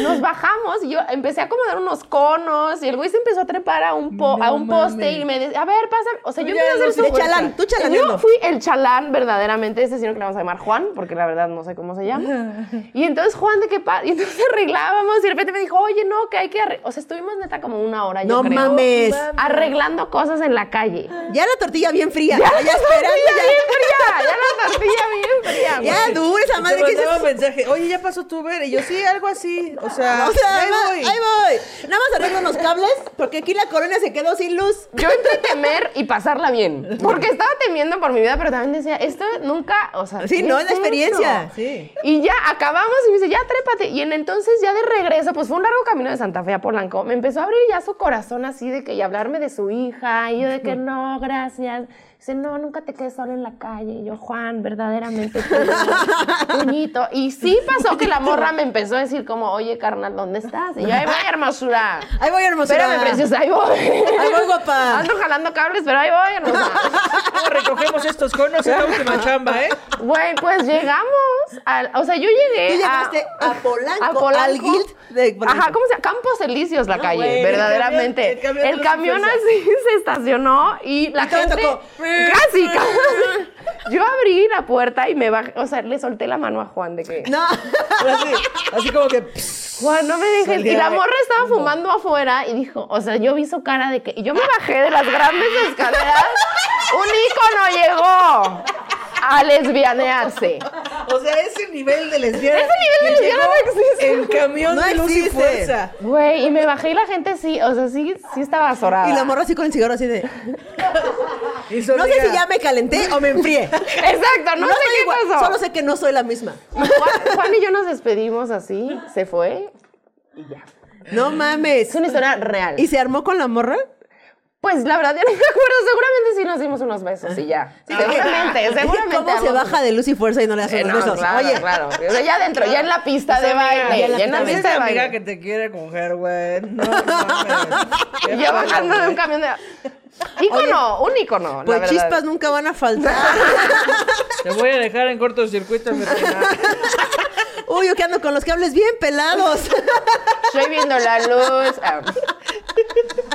Speaker 3: Nos bajamos y yo empecé a acomodar unos conos y el güey se empezó a trepar a un, po-
Speaker 5: No
Speaker 3: a un poste
Speaker 5: mames.
Speaker 3: y me decía, a ver, pasa. O sea, yo
Speaker 5: ya
Speaker 3: quería hacer
Speaker 5: eres
Speaker 3: su...
Speaker 2: de chalán, tú chalaneando.
Speaker 3: Yo fui el chalán verdaderamente de ese señor que le vamos a llamar Juan, porque la verdad no sé cómo se llama. Y entonces Juan, ¿de qué pasa? Y entonces <laughs> arreglábamos y de repente me dijo, oye, no, que hay que... arre-". O sea, estuvimos neta como una hora, yo
Speaker 2: No
Speaker 3: creo,
Speaker 2: mames.
Speaker 3: Arreglando cosas en la calle.
Speaker 2: Ya la tortilla bien fría.
Speaker 3: Ya
Speaker 2: Ya,
Speaker 3: la
Speaker 2: esperando.
Speaker 3: tortilla
Speaker 2: ya-
Speaker 3: bien fría, ya la tortilla bien fría. güey.
Speaker 2: Ya, dura esa madre
Speaker 5: Te
Speaker 2: que dices.
Speaker 5: mandaba un mensaje. Oye, ya pasó tu ver. Y yo, sí, algo así. O sea,
Speaker 2: <laughs> O sea,
Speaker 5: ahí
Speaker 2: va-
Speaker 5: voy.
Speaker 2: ahí voy. Nada más arreglo unos cables porque aquí la corona se quedó sin luz.
Speaker 3: Yo entre temer y pasarla bien. Porque estaba temiendo por mi vida, pero también decía, esto nunca, o sea.
Speaker 2: Sí,
Speaker 3: ¿qué
Speaker 2: no, es la
Speaker 3: eso?
Speaker 2: experiencia.
Speaker 5: Sí.
Speaker 3: Y ya acabamos y me dice, ya trépate. Y en entonces, ya de regreso, pues fue un largo camino de Santa Fe a Polanco. Me empezó a abrir ya su corazón así de que, y hablarme de su hija. Y yo de que, no, gracias. Dice, no, nunca te quedes solo en la calle. Y yo, Juan, verdaderamente, tú, puñito. Y sí pasó que la morra me empezó a decir como, oye, carnal, ¿dónde estás? Y yo, ahí va, hermosura.
Speaker 2: Ahí voy, hermosura.
Speaker 3: Espérame, preciosa, ahí voy.
Speaker 2: Ahí voy, guapa.
Speaker 3: Ando jalando cables, pero ahí voy,
Speaker 2: <laughs>
Speaker 3: hermosa.
Speaker 5: ¿Cómo recogemos estos conos en la última chamba, eh?
Speaker 3: Güey, pues llegamos al... O sea, yo llegué
Speaker 2: Tú
Speaker 3: a-
Speaker 2: llegaste a Polanco, al Guild de Polanco.
Speaker 3: Ajá, ¿cómo se llama? Campos Elíseos la calle,
Speaker 5: güey, el
Speaker 3: verdaderamente. El
Speaker 5: camión- el
Speaker 3: camión,
Speaker 5: camión de los
Speaker 3: así <laughs> se estacionó y la
Speaker 2: Y todo
Speaker 3: gente...
Speaker 2: tocó.
Speaker 3: Casi, casi. Yo abrí la puerta y me bajé... O sea, le solté la mano a Juan de que...
Speaker 2: No.
Speaker 5: Así, así como que.
Speaker 3: Juan, no me dejes. Y la morra estaba fumando afuera y dijo, o sea, yo vi su cara de que. Y yo me bajé de las grandes escaleras. Un ícono llegó a lesbianearse.
Speaker 5: O sea, ese nivel de lesbiana.
Speaker 3: Ese nivel de
Speaker 5: que
Speaker 3: lesbiana
Speaker 5: llegó
Speaker 3: no existe.
Speaker 5: En camión
Speaker 2: No
Speaker 5: de luz y
Speaker 2: existe.
Speaker 5: fuerza.
Speaker 3: Güey, y me bajé y la gente sí, o sea, sí, sí estaba azorada.
Speaker 2: Y la morra así con el cigarro así de.
Speaker 5: Y
Speaker 2: No sé
Speaker 5: sonría.
Speaker 2: si ya me calenté o me enfrié.
Speaker 3: Exacto, <laughs> no, sé
Speaker 2: soy
Speaker 3: qué
Speaker 2: igual,
Speaker 3: pasó.
Speaker 2: Solo sé que no soy la misma.
Speaker 3: Juan, Juan y yo nos despedimos así, se fue.
Speaker 2: No mames.
Speaker 3: Es una historia real.
Speaker 2: ¿Y se armó con la morra?
Speaker 3: Pues la verdad, yo no me acuerdo. Seguramente sí nos dimos unos besos y ya. Seguramente,
Speaker 2: Ah.
Speaker 3: seguramente.
Speaker 2: ¿Cómo se
Speaker 3: ambos-
Speaker 2: baja de luz y fuerza y no le das
Speaker 3: Eh,
Speaker 2: unos
Speaker 3: no,
Speaker 2: besos?
Speaker 3: Claro,
Speaker 2: Oye,
Speaker 3: claro. O sea, ya adentro, ya en la pista de baile. Ya en la,
Speaker 5: Esa es
Speaker 3: pista de
Speaker 5: la amiga
Speaker 3: baile.
Speaker 5: que te quiere coger, güey. No mames.
Speaker 3: Yo bajando de un camión de. Ícono, un ícono. la
Speaker 2: pues
Speaker 3: verdad.
Speaker 2: chispas nunca van a faltar.
Speaker 3: <laughs>
Speaker 5: Te voy a dejar en cortocircuito, mi reina. <laughs>
Speaker 2: Uy, yo que ando con los cables bien pelados.
Speaker 3: Estoy viendo la luz. Ah,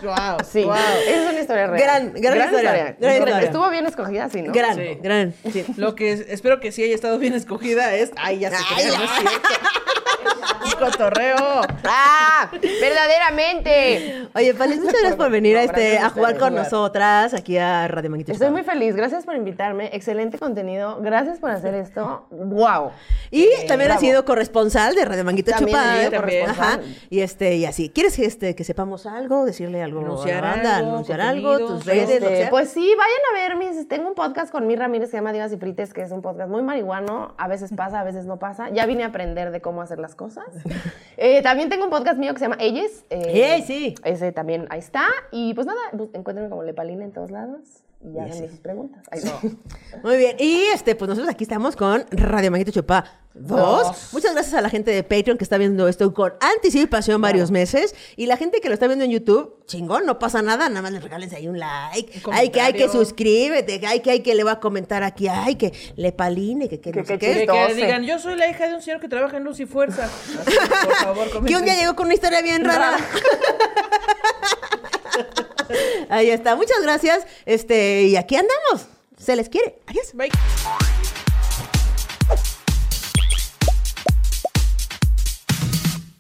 Speaker 5: Wow.
Speaker 3: sí. Es una historia real.
Speaker 2: Gran- gran historia, gran historia.
Speaker 3: Estuvo bien escogida, sí, <laughs> ¿no?
Speaker 2: Gran,
Speaker 5: Sí.
Speaker 2: gran.
Speaker 3: <laughs>
Speaker 2: sí.
Speaker 5: Lo que es- espero que sí haya estado bien escogida es. Ay, ya se
Speaker 2: Ay,
Speaker 5: crean,
Speaker 2: ya.
Speaker 5: no es cierto. Un cotorreo.
Speaker 3: ¡Ah! ¡Verdaderamente!
Speaker 2: Oye, Palis, muchas gracias por venir a, este,
Speaker 3: gracias
Speaker 2: a
Speaker 3: a
Speaker 2: jugar
Speaker 3: ustedes.
Speaker 2: con nosotras aquí a Radio Manguito.
Speaker 3: Estoy muy feliz. Gracias por invitarme. Excelente contenido. Gracias por hacer esto. ¡Wow!
Speaker 2: Y también has
Speaker 3: bravo.
Speaker 2: sido corresponsal de Radio Manguito
Speaker 3: También he
Speaker 2: Chupada.
Speaker 3: sido corresponsal.
Speaker 2: Y este, y así. ¿Quieres que, este, que sepamos algo? Decirle algo
Speaker 5: Anunciar
Speaker 2: a la banda,
Speaker 5: algo,
Speaker 2: anunciar
Speaker 5: contenido,
Speaker 2: algo, tus redes, lo que
Speaker 3: Este,
Speaker 2: sea.
Speaker 3: pues sí, vayan a ver mis. Tengo un podcast con mi Ramírez que se llama Divas y Frites, que es un podcast muy marihuano. A veces pasa, a veces no pasa. Ya vine a aprender de cómo hacer
Speaker 2: <laughs>
Speaker 3: las cosas. Eh, también tengo un podcast mío que se llama Ellas. eh,
Speaker 2: ¡Ey, sí!
Speaker 3: Ese también ahí está. Y pues nada, bu- encuéntrenme como Lepalina en todos lados. Y háganme sus preguntas. Ahí
Speaker 2: <laughs> Muy bien. Y este, pues nosotros aquí estamos con Radio Manguito Chupa 2.
Speaker 5: Dos.
Speaker 2: Muchas gracias a la gente de Patreon que está viendo esto con anticipación varios meses. Y la gente que lo está viendo en YouTube, chingón, no pasa nada. Nada más les regálense ahí un like.
Speaker 5: Un
Speaker 2: Ay, que hay que
Speaker 5: comentario.
Speaker 2: suscríbete. que Hay que hay que le va a comentar aquí. Ay, que le paline, que, que, no
Speaker 3: Que-
Speaker 2: sé
Speaker 3: que
Speaker 2: qué.
Speaker 5: Que, que
Speaker 3: Doce.
Speaker 5: digan, yo soy la hija de un señor que trabaja en Luz y Fuerza. Así, por favor, comenten.
Speaker 2: Que un día llegó con una historia bien rara. <laughs> Ahí está. Muchas gracias. Este, y aquí andamos. Se les quiere. Adiós.
Speaker 5: Bye.